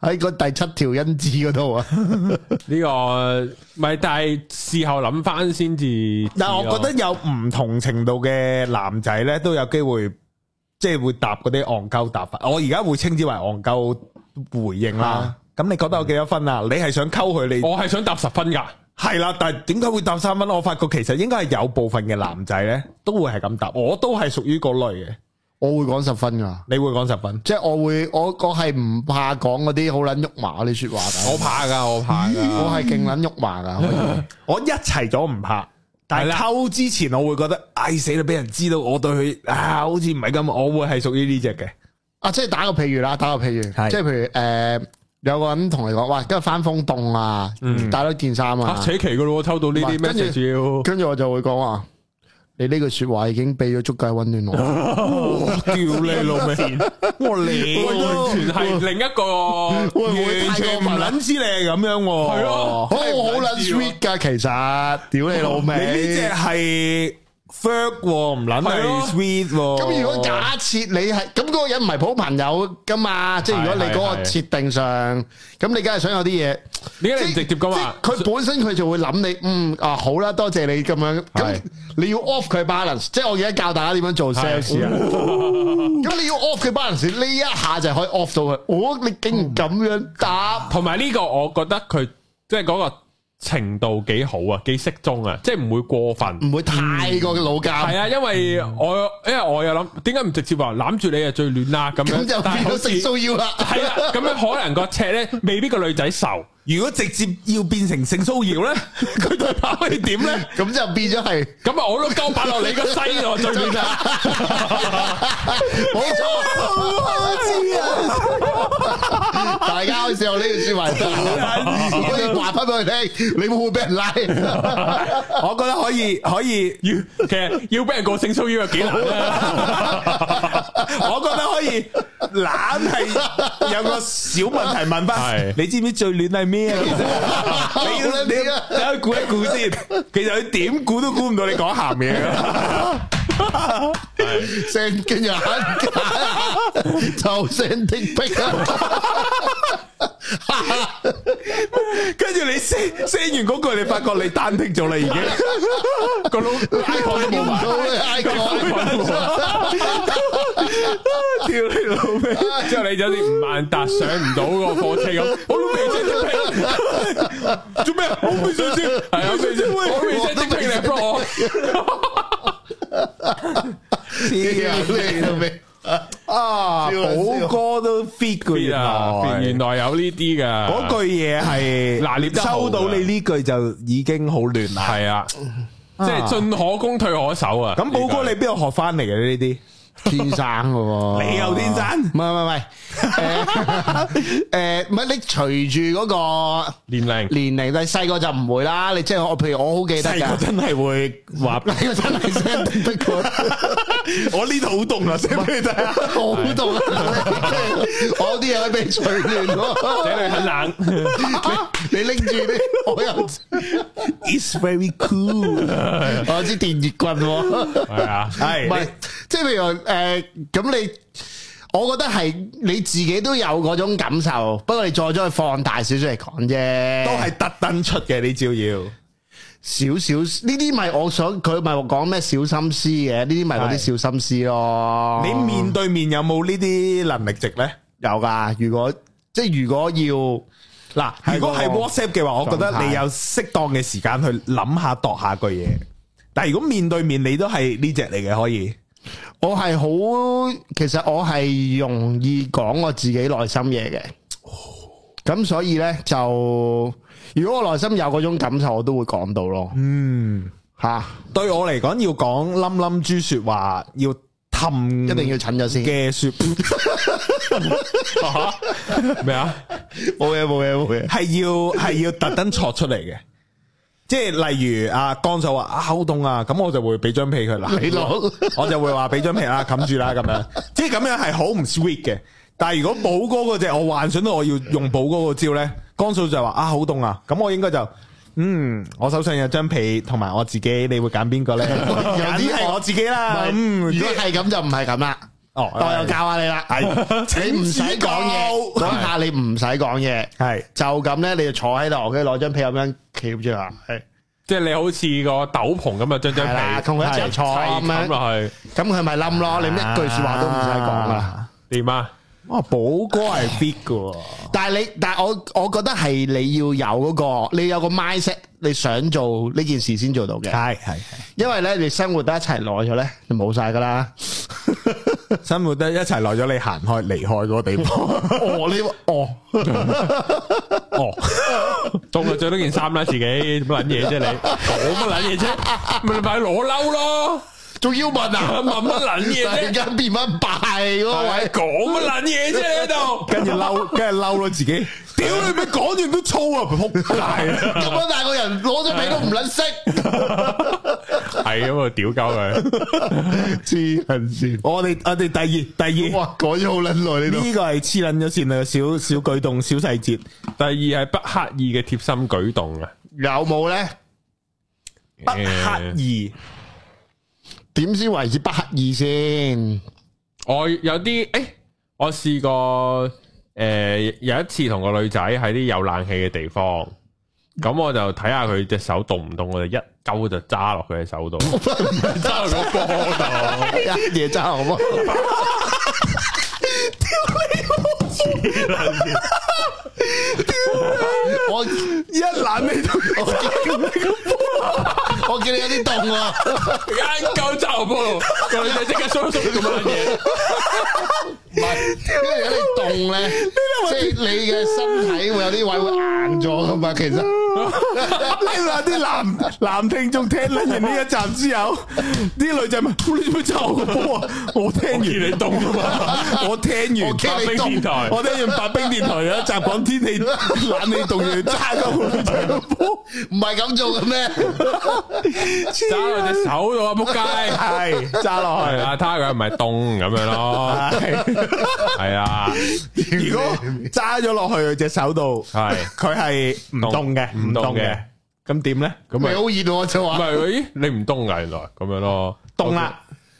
Speaker 3: 喺個第七條因子嗰度啊。
Speaker 1: 呢個咪但係事後諗翻先至，
Speaker 2: 但係我覺得有唔同程度嘅男仔咧，都有機會即係會答嗰啲戇鳩答法。我而家會稱之為戇鳩回應啦
Speaker 3: 啊。
Speaker 2: 咁你覺得我幾多分啊？你係想溝佢，你
Speaker 1: 我係想答十分㗎，
Speaker 2: 係啦，但係點解會答三分？我發覺其實應該係有部分嘅男仔咧，都會係咁答。我都係屬於嗰類嘅，
Speaker 3: 我會講十分噶，
Speaker 2: 你會講十分。
Speaker 3: 即係我會我我係唔怕講嗰啲好撚肉麻嗰啲说話
Speaker 1: 我
Speaker 3: 㗎。
Speaker 1: 怕㗎，我怕
Speaker 3: 我
Speaker 1: 㗎。
Speaker 3: 係勁撚肉麻㗎，可以
Speaker 2: 我一齊咗唔怕，但
Speaker 1: 係
Speaker 2: 係
Speaker 1: 啦
Speaker 2: 溝之前我會覺得，唉死啦！俾人知道我對佢啊，好似唔係咁，我會係屬於呢只嘅。
Speaker 3: 啊！即係打個譬如啦，打個譬如，即
Speaker 2: 係
Speaker 3: 係譬如诶，有個人同你講，哇，今日翻風凍啊，帶多件衫
Speaker 1: 吓
Speaker 3: 啊。
Speaker 1: 扯旗噶咯喎，抽到呢啲
Speaker 3: 唔係跟住
Speaker 1: message 要
Speaker 3: 跟住我就會講話，你呢句说話已經俾咗足夠温暖 我。
Speaker 2: 屌你老 味！我你都
Speaker 1: 完全係另一個
Speaker 3: 會唔會
Speaker 2: 完
Speaker 3: 太
Speaker 2: 全
Speaker 3: 過
Speaker 2: 唔
Speaker 3: 分啦
Speaker 2: 撚知你係咁樣喎。
Speaker 1: 係咯
Speaker 3: 哦好好撚 sweet 噶，其實屌你老
Speaker 2: 你呢
Speaker 3: 味。
Speaker 2: 只係 fuck 喎唔撚
Speaker 1: 係咯
Speaker 2: 係 sweet 喎。
Speaker 3: 咁如果假設你係咁嗰個人唔係普朋友噶嘛，即係如果你嗰個
Speaker 1: 係係
Speaker 3: 設定上，咁你梗係想有啲嘢，
Speaker 1: 點解你唔
Speaker 3: 即
Speaker 1: 直接咁話？
Speaker 3: 即係佢本身佢就會諗你，嗯啊好啦，多謝你咁樣，咁
Speaker 2: 係
Speaker 3: 你要 off 佢 balance，即係我而家教大家點樣做 sales 啊。咁你要 off 佢 balance，呢一下就可以 off 到佢。哦，你竟然咁樣答，
Speaker 1: 同埋呢個，我覺得佢即係嗰個程度幾好啊，幾適中啊，即係唔會過分。
Speaker 3: 唔會太過老教。
Speaker 1: 係啊，因為我因為我又諗，點解唔直接話攬住你啊最暖啦咁
Speaker 3: 咁
Speaker 1: 樣？
Speaker 3: 就
Speaker 1: 但
Speaker 3: 變
Speaker 1: 係好
Speaker 3: 咗
Speaker 1: 似
Speaker 3: 性騷擾啦。
Speaker 1: 係啦，咁樣可能個尺咧，未必個女仔受，
Speaker 2: 如果直接要變成性騷擾咧，佢對白可以點咧？
Speaker 3: 咁就變咗係
Speaker 1: 咁啊，我都鳩擺落你個西度最 面啦。
Speaker 3: 冇錯，我知啊！大家開始有呢句说話，可以話翻俾佢聽，你會唔會俾人拉？
Speaker 2: 我覺得可以，可以，
Speaker 1: 要其實要俾人過性騷擾有幾難啊！
Speaker 2: 我覺得可以，懶係有個小問題問翻
Speaker 1: 係，
Speaker 2: 你知唔知最亂 係咩啊？其實你
Speaker 3: 好
Speaker 2: 要
Speaker 3: 啦
Speaker 2: 你
Speaker 3: 你
Speaker 2: 要
Speaker 3: 啊
Speaker 2: 等佢估一估先，其實佢點估都估唔到你講鹹嘢 㗎。
Speaker 3: 成件人就成定逼啊！
Speaker 2: 跟住你 say say 完嗰句，你發覺你單剔咗啦 已經。
Speaker 1: 個腦 icon 都冇
Speaker 3: 唔
Speaker 1: 埋，
Speaker 3: 到你 icon，
Speaker 2: 屌你老味！
Speaker 1: 之後你就好似吳萬達上唔到個貨車咁，我都未識點拼，做咩？我未識先，係啊，未識，我未識點拼你 b 我。
Speaker 3: 你都未
Speaker 2: 啊，
Speaker 3: 笑啊笑
Speaker 2: 寶哥都 fit 佢
Speaker 1: 邊啊？
Speaker 2: 原
Speaker 1: 原
Speaker 2: 來
Speaker 1: 來有呢啲噶，
Speaker 2: 嗰句嘢係
Speaker 1: 嗱你得好㗎
Speaker 2: 收到你呢句就已經好亂啦。
Speaker 1: 係啊，即係進可攻退可守啊。
Speaker 2: 咁寶哥你邊度學翻嚟嘅呢啲？
Speaker 3: 天生噶喎，
Speaker 2: 你又天生
Speaker 3: 唔係唔 係唔係，诶唔係你隨住嗰個
Speaker 1: 你年齡
Speaker 3: 年齡，但係細個就唔會啦。你即係我，譬如我好記得
Speaker 2: 細個
Speaker 3: 㗎，
Speaker 2: 真係會話，
Speaker 3: 呢個真係聲定逼佢。
Speaker 2: 我呢度好凍啦，聲俾你睇啊！
Speaker 3: 我好凍啊！我啲嘢可以俾你取暖
Speaker 1: 仔
Speaker 3: 咯。
Speaker 1: 女很冷，
Speaker 3: 你拎住啲，我又
Speaker 2: It's very cool。
Speaker 3: 我知電熱棍喎。
Speaker 1: 係啊，
Speaker 2: 係
Speaker 3: 唔係，即係譬如誒，咁、你，我覺得係你自己都有嗰種感受，不過你再將佢放大少少嚟講啫，
Speaker 2: 都係特登出嘅呢招要。
Speaker 3: 少少呢啲咪我想佢咪講咩小心思嘅，呢啲咪嗰啲小心思咯。
Speaker 2: 你面對面有冇呢啲能力值咧？
Speaker 3: 有噶？如果即係如果要
Speaker 2: 嗱，如果係 WhatsApp 嘅話，我覺得
Speaker 3: 狀態
Speaker 2: 你有適當嘅時間去諗下、度下句嘢。但係如果面對面，你都係呢只嚟嘅，可以
Speaker 3: 我係好，其實我係容易講我自己內心嘢嘅。咁所以呢，就，如果我內心有嗰種感受，我都會講到咯。嗯，吓，
Speaker 2: 對我嚟講，要講冧冧豬说話，要氹
Speaker 3: 一定要襯咗先。
Speaker 2: 嘅说，
Speaker 1: 咩啊？
Speaker 3: 冇嘢冇嘢冇嘢。
Speaker 2: 係要係要特登戳出嚟嘅。即係例如啊，江嫂話啊好凍啊，咁我就會俾張被佢啦。
Speaker 3: 你攞
Speaker 2: 我就會話俾張被啦，冚住啦咁樣，即係咁樣係好唔 sweet 嘅。但係如果寶哥嗰只，我幻想到我要用寶哥嗰招呢，江嫂就話啊好凍啊，咁我應該就。嗯，我手上有張被同埋我自己，你會揀邊 個呢？
Speaker 3: 啲
Speaker 2: 揀係我自己啦。嗯，
Speaker 3: 如
Speaker 2: 即
Speaker 3: 果係
Speaker 2: 係
Speaker 3: 咁就唔係咁啦，
Speaker 2: 哦，
Speaker 3: 我又教下你啦。
Speaker 2: 係
Speaker 3: 你唔使講嘢，嗰下你唔使講嘢，
Speaker 2: 係
Speaker 3: 就咁呢，你就坐喺度，跟住攞張被咁樣翹住啊，係
Speaker 1: 即係你好似個斗篷咁啊，將張
Speaker 3: 係啦
Speaker 1: 被
Speaker 3: 同佢一齊坐
Speaker 1: 係砌
Speaker 3: 咁樣
Speaker 1: 冚落去，
Speaker 3: 咁佢咪冧咯，你一句说話都唔使講噶啦。
Speaker 2: 啊
Speaker 1: 點啊？
Speaker 2: 哇，哦寶哥係 fit 嘅喎，
Speaker 3: 但係你，但係我，我覺得係你要有嗰、個，你有個 mindset，你想做呢件事先做到嘅。
Speaker 2: 係係
Speaker 3: 因為咧，你生活得一齊耐咗咧，就冇晒噶啦。
Speaker 2: 係生活得一齊耐咗，你行開離開嗰個地 方，
Speaker 3: 哦，你哦，
Speaker 2: 哦。
Speaker 1: 凍就着多件衫啦，自己乜撚嘢啫你？講乜撚嘢啫？咪咪攞褸咯，
Speaker 3: 仲要問啊？
Speaker 1: 問乜撚
Speaker 3: 突
Speaker 1: 嘢啫？
Speaker 3: 然間變翻敗嗰個位，
Speaker 1: 講乜撚嘢啫你喺度？
Speaker 2: 跟住嬲，跟住嬲咗自己，屌你咪講完都粗啊，仆街啊！
Speaker 3: 咁樣大個人攞咗俾都唔撚識，
Speaker 1: 係咁啊，屌鳩佢！
Speaker 3: 黐撚線！
Speaker 2: 我哋我哋第二第二，
Speaker 3: 哇，講咗好撚耐呢度。
Speaker 2: 呢個係黐撚咗線啊，小小舉動、小細節，
Speaker 1: 第二係不刻意嘅貼心舉動啊，
Speaker 3: 有冇咧？
Speaker 2: 不刻意。
Speaker 3: 點先為之不刻意先？
Speaker 1: 我有啲诶、我試過诶、有一次同個女仔喺啲有冷氣嘅地方，咁我就睇下佢隻手凍唔凍，我就一鳩就揸落佢隻 手度，揸落個波度。
Speaker 3: 一嘢揸好啊唔好？我
Speaker 2: 一攬你都
Speaker 3: 我見你有啲凍喎，
Speaker 1: 啱鳩就波，個女仔即刻縮縮咁樣嘢，
Speaker 3: 唔係，因為如果你凍咧，即係你嘅身體會有啲位會硬咗噶嘛。其實
Speaker 2: 你話啲男男聽眾聽撚完呢一集之後，啲女仔咪你做咩抄我個波啊？我聽完
Speaker 1: 你凍啊
Speaker 2: 嘛， 我聽完
Speaker 3: 我驚
Speaker 1: 白
Speaker 3: 你
Speaker 1: 冰電
Speaker 3: 凍，
Speaker 1: 台，
Speaker 2: 我聽完白冰電台有一集講天氣冷氣凍，要揸鳩個女仔個波，
Speaker 3: 唔係咁做嘅咩？
Speaker 1: 揸落隻手度啊，仆街！
Speaker 2: 係揸
Speaker 1: 係
Speaker 2: 落
Speaker 1: 啊
Speaker 2: 去。
Speaker 1: 啦，睇下佢係咪凍咁樣 咯，係啊，
Speaker 2: 如果揸咗落去佢隻手度，
Speaker 1: 係
Speaker 2: 佢係唔凍嘅，
Speaker 1: 唔
Speaker 2: 唔
Speaker 1: 凍
Speaker 2: 凍
Speaker 1: 嘅
Speaker 2: 嘅，咁點咧？
Speaker 1: 咁咪唔
Speaker 3: 咪好熱喎，就話
Speaker 1: 係？咦，你唔凍噶原來咁樣咯，
Speaker 2: 凍啦，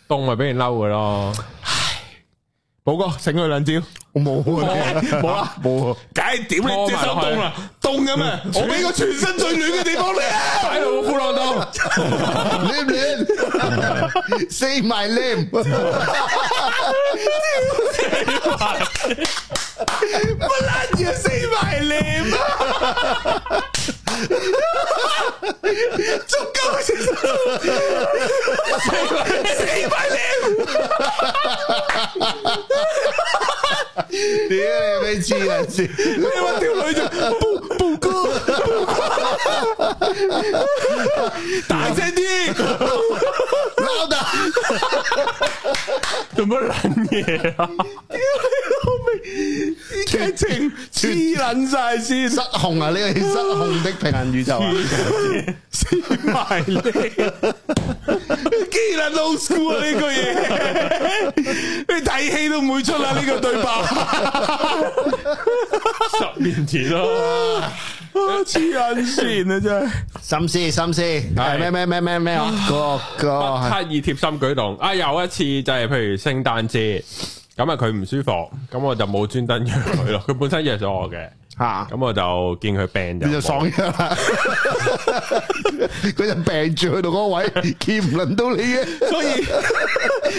Speaker 1: 凍咪俾人嬲佢咯，
Speaker 2: 寶哥醒佢兩招，
Speaker 3: 我冇啊，
Speaker 2: 冇啦，冇，梗係點你隻手凍啦，凍咁啊！我俾個全身最暖嘅地方你啊！
Speaker 1: 擺到個褲浪度，
Speaker 3: 亂唔亂？Say my name，
Speaker 2: 不要死埋你 啊！足夠先生，死埋你！
Speaker 3: 屌你啊咪黐人線！
Speaker 2: 你話條女就布布哥， 大聲啲！
Speaker 3: 撈得
Speaker 1: 做乜撚嘢啊？
Speaker 2: 啲劇情黐撚晒先，
Speaker 3: 失控啊！呢個係失控的平行宇宙啊！
Speaker 2: 死埋你！基撚 old school 啊呢句嘢，你睇戲都唔會出啦呢個對白。
Speaker 1: 十年前咯，
Speaker 2: 黐撚線啊真係，
Speaker 3: 心思心思，係咩咩咩咩咩啊？嗰個
Speaker 1: 不
Speaker 3: 嗰 個係
Speaker 1: 刻意貼心舉動啊！有一次就係譬如聖誕節，咁啊佢唔舒服，咁我就冇專登約 佢咯，佢本身約咗我嘅，
Speaker 3: 嚇，
Speaker 1: 咁我就見佢病
Speaker 3: 你
Speaker 1: 就
Speaker 3: 就
Speaker 1: 冇
Speaker 3: 爽啊咗啦！佢就病住去到嗰個位， 見唔輪到你嘅。
Speaker 2: 所以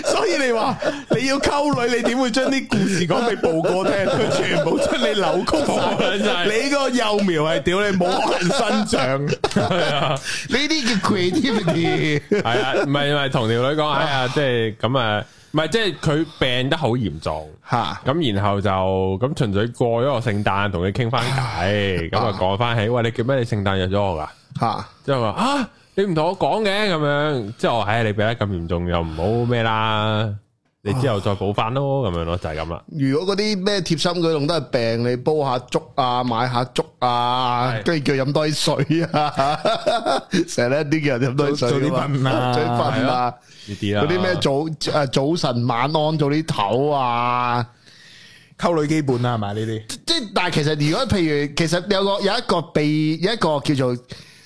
Speaker 2: 所以你話你要溝女，你點會將啲故事講俾布哥聽？佢全部將你扭曲
Speaker 1: 冇
Speaker 2: 晒，
Speaker 1: 晒
Speaker 2: 你個幼苗係屌你冇可能生長，
Speaker 3: 呢啲叫 creativity，
Speaker 1: 系啊，唔系唔系同條女講，哎呀，即係咁啊，唔系即係佢病得好嚴重，
Speaker 3: 嚇
Speaker 1: 咁然後就咁純粹過咗個聖誕，同佢傾翻 偈，咁啊講翻起，喂，你叫咩？你聖誕約咗我噶？
Speaker 3: 嚇
Speaker 1: 之後佢話啊，你唔同我講嘅咁樣，之後我唉，你病得咁嚴重又唔好咩啦，你之後再補翻咯，咁樣咯，就係咁啦。
Speaker 3: 如果嗰啲咩貼心舉動都係病，你煲下粥啊，買下粥啊，
Speaker 1: 係
Speaker 3: 跟住 叫佢飲多啲水啊， 成日咧啲叫人飲多啲水
Speaker 2: 早啲瞓啊
Speaker 3: 早啲瞓啊，
Speaker 1: 呢啲啦，
Speaker 3: 嗰啲咩早誒早晨晚安早啲唞 啊，
Speaker 2: 溝女基本啦係咪呢啲？
Speaker 3: 即係但係其實如果譬如其實有個有一個被有一個叫做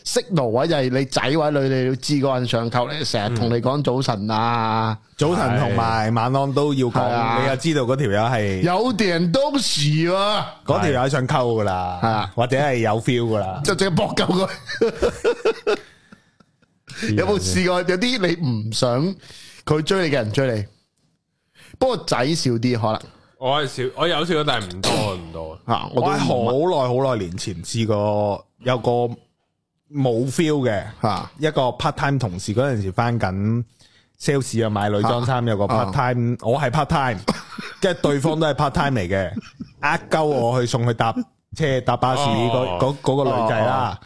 Speaker 3: signal 位就係你仔或者女你要知嗰個人上溝你，成日同你講早晨啊，
Speaker 2: 早晨同埋晚安都要
Speaker 3: 係啊
Speaker 2: 講，你又知道嗰條友係
Speaker 3: 有點都時喎，
Speaker 2: 嗰條友想溝噶啦，
Speaker 3: 係啊
Speaker 2: 或者係有 feel 噶啦。
Speaker 3: 就淨係搏鳩佢。有冇試過有啲你唔想佢追你嘅人追你？不過仔少啲可能
Speaker 1: 我係少，我有少，但係唔多唔多。
Speaker 3: 吓，我
Speaker 2: 我
Speaker 3: 都
Speaker 2: 喺好耐好耐年前試過有個冇 feel 嘅。
Speaker 3: 吓
Speaker 2: 一個 part time 同事嗰陣時翻緊 sales 啊，買女裝衫有個
Speaker 3: 啊
Speaker 2: part time，我係 part time，跟住對方都係 part time 嚟嘅，呃鳩我去送去搭車搭巴士嗰
Speaker 1: 哦
Speaker 2: 嗰嗰個女仔
Speaker 3: 哦
Speaker 2: 啦。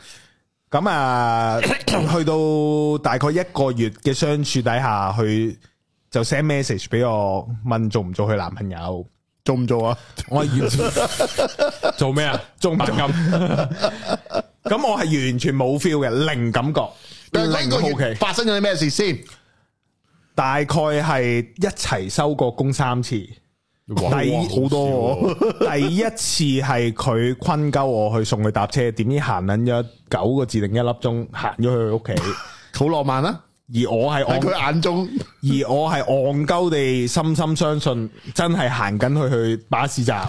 Speaker 2: 咁 啊，去到大概一個月嘅相處底下，佢就 send message 俾我問做唔做佢男 朋友，
Speaker 3: 做唔做啊？
Speaker 2: 我係完全。
Speaker 1: 做咩啊？
Speaker 2: 做唔
Speaker 1: 白
Speaker 2: 做
Speaker 1: 金
Speaker 2: 咁我係完全冇 feel 嘅，零感覺，
Speaker 3: 但係
Speaker 2: 零
Speaker 3: 嗰個
Speaker 2: 好
Speaker 3: 月
Speaker 2: 奇。
Speaker 3: 發生咗啲咩事先？
Speaker 2: 大概係一齊收過工三次，第
Speaker 1: 哇
Speaker 2: 好多喎 第一次係佢坤鳩我去送佢搭車，點知行撚咗九個字定一粒鐘，行咗去佢屋
Speaker 3: 好浪漫啦，
Speaker 2: 企，而我係
Speaker 3: 喺佢
Speaker 2: 戇，
Speaker 3: 眼中
Speaker 2: 而我係戇鳩地深深相信，真係行緊去去巴士站，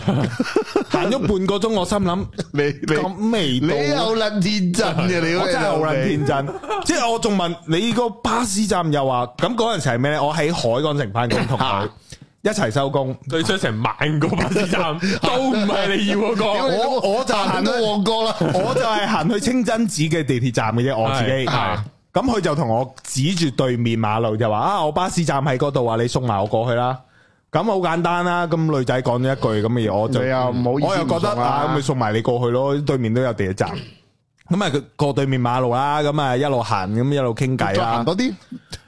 Speaker 2: 行咗半個鐘，我心諗
Speaker 3: 你
Speaker 2: 咁味
Speaker 3: 你
Speaker 2: 道。
Speaker 3: 你有撚天真嘅你，
Speaker 2: 我真係好撚天真，即係我仲問你個巴士站又話，咁嗰陣時係咩咧？我喺海港城翻工，同佢一齊收工，
Speaker 1: 對出成萬個巴士站，都唔係你要嗰
Speaker 3: 屌你
Speaker 1: 個。
Speaker 3: 老母
Speaker 2: 我我就
Speaker 3: 行到旺角啦，
Speaker 2: 我就係行去清真寺嘅地鐵站嘅啫，我自己
Speaker 1: 係係。
Speaker 2: 咁啊佢就同我指住對面馬路就話啊，我巴士站喺嗰度啊，你送埋我過去啦。咁好簡單啦，咁女仔講咗一句咁嘅嘢，我就
Speaker 3: 你又唔好意思
Speaker 2: 我又覺得
Speaker 3: 唔送啦
Speaker 2: 啊，咁咪送埋你過去咯，對面都有地鐵站，咁啊佢過對面馬路啦，咁啊一路行咁一路傾
Speaker 3: 再
Speaker 2: 偈啦
Speaker 3: 行，多啲，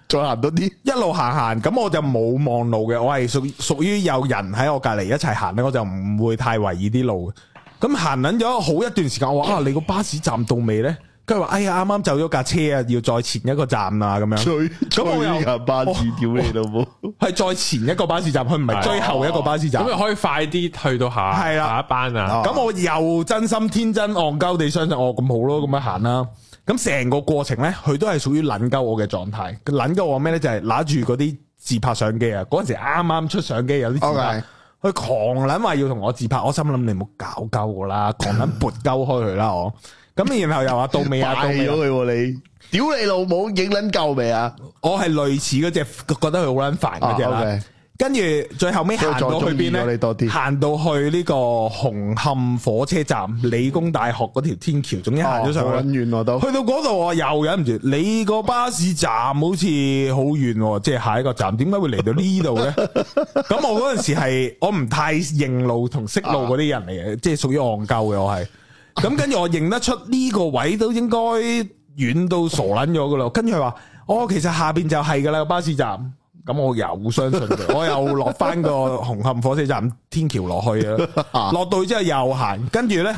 Speaker 3: 再行多啲，
Speaker 2: 一路行行，咁我就冇望路嘅，我係屬屬於有人喺我隔離一齊行咧，我就唔會太懷疑啲路嘅。咁行撚咗好一段時間，我話啊，你個巴士站到未呢？跟住話，哎呀，啱啱走咗架車啊，要再前一個站啦，咁樣。
Speaker 4: 追
Speaker 2: 咁我又
Speaker 4: 追架巴士屌你老母！
Speaker 2: 係再前一個巴士站，佢唔係最後一個巴士站
Speaker 1: 咁。又可以快啲去到下
Speaker 2: 係啦哦
Speaker 1: 下一班啊！
Speaker 2: 咁我又真心天真戇鳩地相信我咁好咯，咁樣啊行啦。咁成個過程呢，佢都係屬於撚鳩我嘅狀態。佢撚鳩我咩呢？就係揦住嗰啲自拍相機啊！嗰陣時啱啱出相機，有啲自拍
Speaker 3: OK，
Speaker 2: 佢狂撚話要同我自拍，我心諗你唔好搞鳩我啦，狂撚撥鳩開佢啦我。咁然後又話到尾啊，到
Speaker 4: 敗
Speaker 2: 尾
Speaker 4: 咗
Speaker 2: 啊
Speaker 4: 佢喎你，
Speaker 3: 屌你老母，影撚夠未啊？
Speaker 2: 我係類似嗰只覺得佢好撚煩嗰只
Speaker 3: 啊
Speaker 2: 啦
Speaker 3: ，OK。
Speaker 2: 跟住最後尾行到去
Speaker 3: 所以再
Speaker 2: 邊
Speaker 3: 鍾意咗你多
Speaker 2: 咧？
Speaker 3: 啲
Speaker 2: 行到去呢個紅磡火車站、理工大學嗰條天橋，總之行咗上去
Speaker 3: 啊好
Speaker 2: 啦。
Speaker 3: 撚遠我都，
Speaker 2: 去到嗰度我又忍唔住，你個巴士站好似好遠喎，即係下一個站，點解會嚟到呢度 呢？咁我嗰陣時係我唔太認路同識路嗰啲人嚟嘅，即係屬於戇鳩嘅我係。咁跟住我認得出呢個位都應該遠到傻撚咗噶啦。跟住佢話：哦，其實下邊就係噶啦個巴士站。咁我又相信佢，我又落翻個紅磡火車站天橋落去啊，落到之後又行，跟住呢，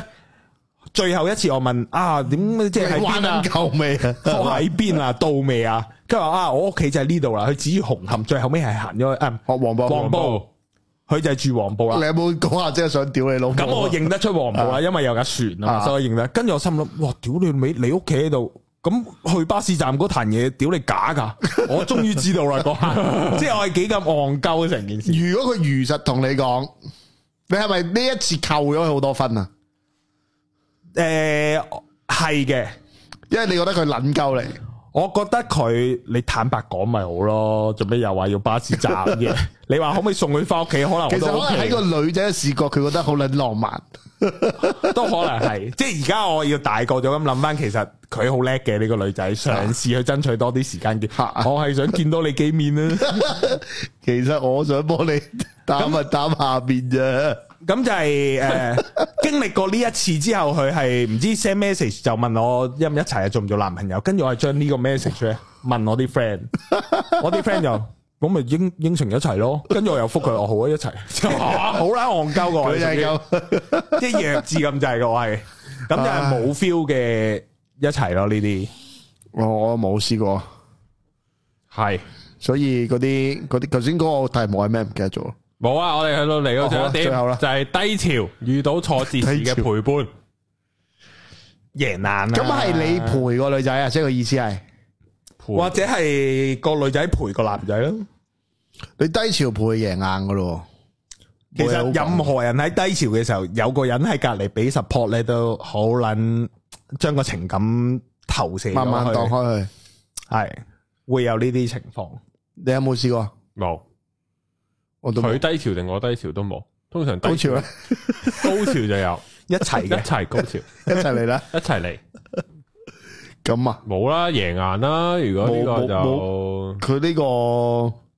Speaker 2: 最後一次我問啊，點即係喺邊
Speaker 3: 玩
Speaker 2: 啊
Speaker 3: 撚？夠未啊？
Speaker 2: 我喺邊啊？到未啊？跟住話啊，我屋企就喺呢度啦。佢指住紅磡，最後尾係行咗去，嗯，
Speaker 3: 學黃博，
Speaker 2: 黃埔，佢就係住黃埔
Speaker 3: 你
Speaker 2: 啦。
Speaker 3: 有冇講下即係想屌你老母？
Speaker 2: 咁我認得出黃埔啦，因為有架船啊嘛，
Speaker 3: 啊
Speaker 2: 所以我認得。跟住我心諗，哇，屌你尾，你屋企喺度，咁去巴士站嗰壇嘢，屌你假 噶！我終於知道啦，嗰下，即係我係幾咁戇鳩成件事。
Speaker 3: 如果佢如實同你講，你係咪呢一次扣咗佢好多分啊？
Speaker 2: 誒，係嘅。
Speaker 3: 因為你覺得佢撚鳩你，
Speaker 2: 我覺得佢你坦白講咪好咯，做咩又話要巴士站 嘅？你話可唔可以送佢翻屋企？可能我
Speaker 3: 其實
Speaker 2: 都
Speaker 3: 可
Speaker 2: OK
Speaker 3: 能喺個女仔嘅視角，佢覺得好撚浪漫。
Speaker 2: 都可能係，即係而家我要大個咗咁諗翻，其實佢好叻嘅呢個女仔，
Speaker 3: 啊
Speaker 2: 嘗試去爭取多啲時間嘅。
Speaker 3: 嚇
Speaker 2: 我係想見到你幾面啊啦，
Speaker 3: 其實我想幫 你打咪打下邊啫。
Speaker 2: 咁就係、誒、經歷過呢一次之後，佢係唔知 send message 就問我一唔一齊啊，做唔做男朋友？跟住我係將呢個 message 咧問我啲 friend，我啲 friend 就咁咪應應承一齊咯。跟住我又覆佢，我好啊一齊， 嚇好啦戇鳩個，
Speaker 3: 佢就係咁，
Speaker 2: 即係弱智咁滯嘅我係，咁就係冇 feel 嘅一齊咯呢啲。
Speaker 3: 我我冇試過，
Speaker 1: 係
Speaker 3: 所以嗰啲嗰啲頭先嗰個題目係咩唔記得咗。
Speaker 1: 冇啊！我哋去到嚟
Speaker 3: 哦
Speaker 1: 到最後
Speaker 3: 好啊
Speaker 1: 一點，
Speaker 3: 最後啦
Speaker 1: 就係低潮遇到挫折時嘅陪伴。
Speaker 2: 贏硬啦。
Speaker 3: 咁係你陪個女仔啊？即係個意思係
Speaker 1: 陪
Speaker 2: 或者係個女仔陪個男仔咯。
Speaker 3: 你低潮陪佢贏硬噶咯？
Speaker 2: 其
Speaker 3: 冇
Speaker 2: 實
Speaker 3: 嘢好講
Speaker 2: 任何人喺低潮嘅時候，有個人喺隔離俾 support 咧，都好撚將個情感投射咗去
Speaker 3: 慢慢蕩開佢。
Speaker 2: 係會有呢啲情況。
Speaker 3: 你有冇試過？
Speaker 1: 冇
Speaker 3: 我都冇
Speaker 1: 佢低潮定我低潮都冇，通常
Speaker 3: 好
Speaker 1: 低
Speaker 3: 潮啦，
Speaker 1: 高潮就有
Speaker 2: 一齊
Speaker 1: 一
Speaker 2: 嘅
Speaker 1: 齊高潮一
Speaker 3: 一齊嚟啦。
Speaker 1: 齊嚟
Speaker 3: 咁啊，
Speaker 1: 冇啦，贏硬啦！如果呢個
Speaker 3: 冇冇
Speaker 1: 就
Speaker 3: 佢呢個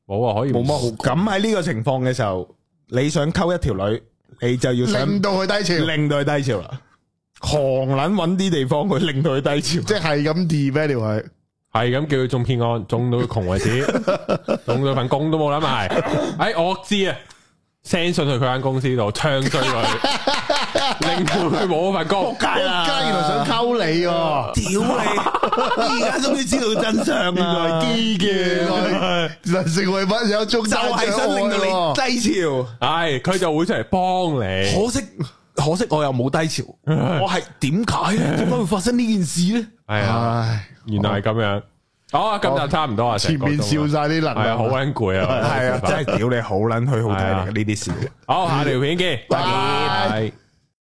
Speaker 1: 冇啊，可以
Speaker 3: 冇乜好
Speaker 2: 咁喺呢個情況嘅時候，你想溝一條女，你就要想
Speaker 3: 令到佢低潮，
Speaker 2: 令到佢低潮啦，狂撚揾啲地方去令到佢低潮。
Speaker 3: 即係咁 devalue 佢。
Speaker 1: 係咁叫佢中騙案，中到佢窮 為止，中到份工都冇啦埋。哎，我知啊，send 信去佢間公司度，唱 衰佢，令到佢冇份工。
Speaker 2: 係啦
Speaker 3: 家原來想溝你喎，
Speaker 2: 屌你！ 而家終於知道真相啊啦，
Speaker 3: 原來原來成為乜有中
Speaker 2: 就
Speaker 3: 間
Speaker 2: 係想令到你低潮。
Speaker 1: 唉，佢就會出嚟幫你。
Speaker 2: 可惜可惜我又冇低潮，我係點解 咧？點解會發生呢件事咧？
Speaker 1: 係啊，
Speaker 3: 唉，
Speaker 1: 原來係咁樣。好啊，今集差唔多啊，
Speaker 3: 前面笑晒啲能
Speaker 1: 係啊，好撚
Speaker 3: 量，
Speaker 1: 攰啊，
Speaker 2: 係啊，真係屌你好撚去好睇
Speaker 1: 係啊
Speaker 2: 嚟嘅呢啲事。
Speaker 1: 好，下條片見，
Speaker 3: 拜拜
Speaker 1: 拜。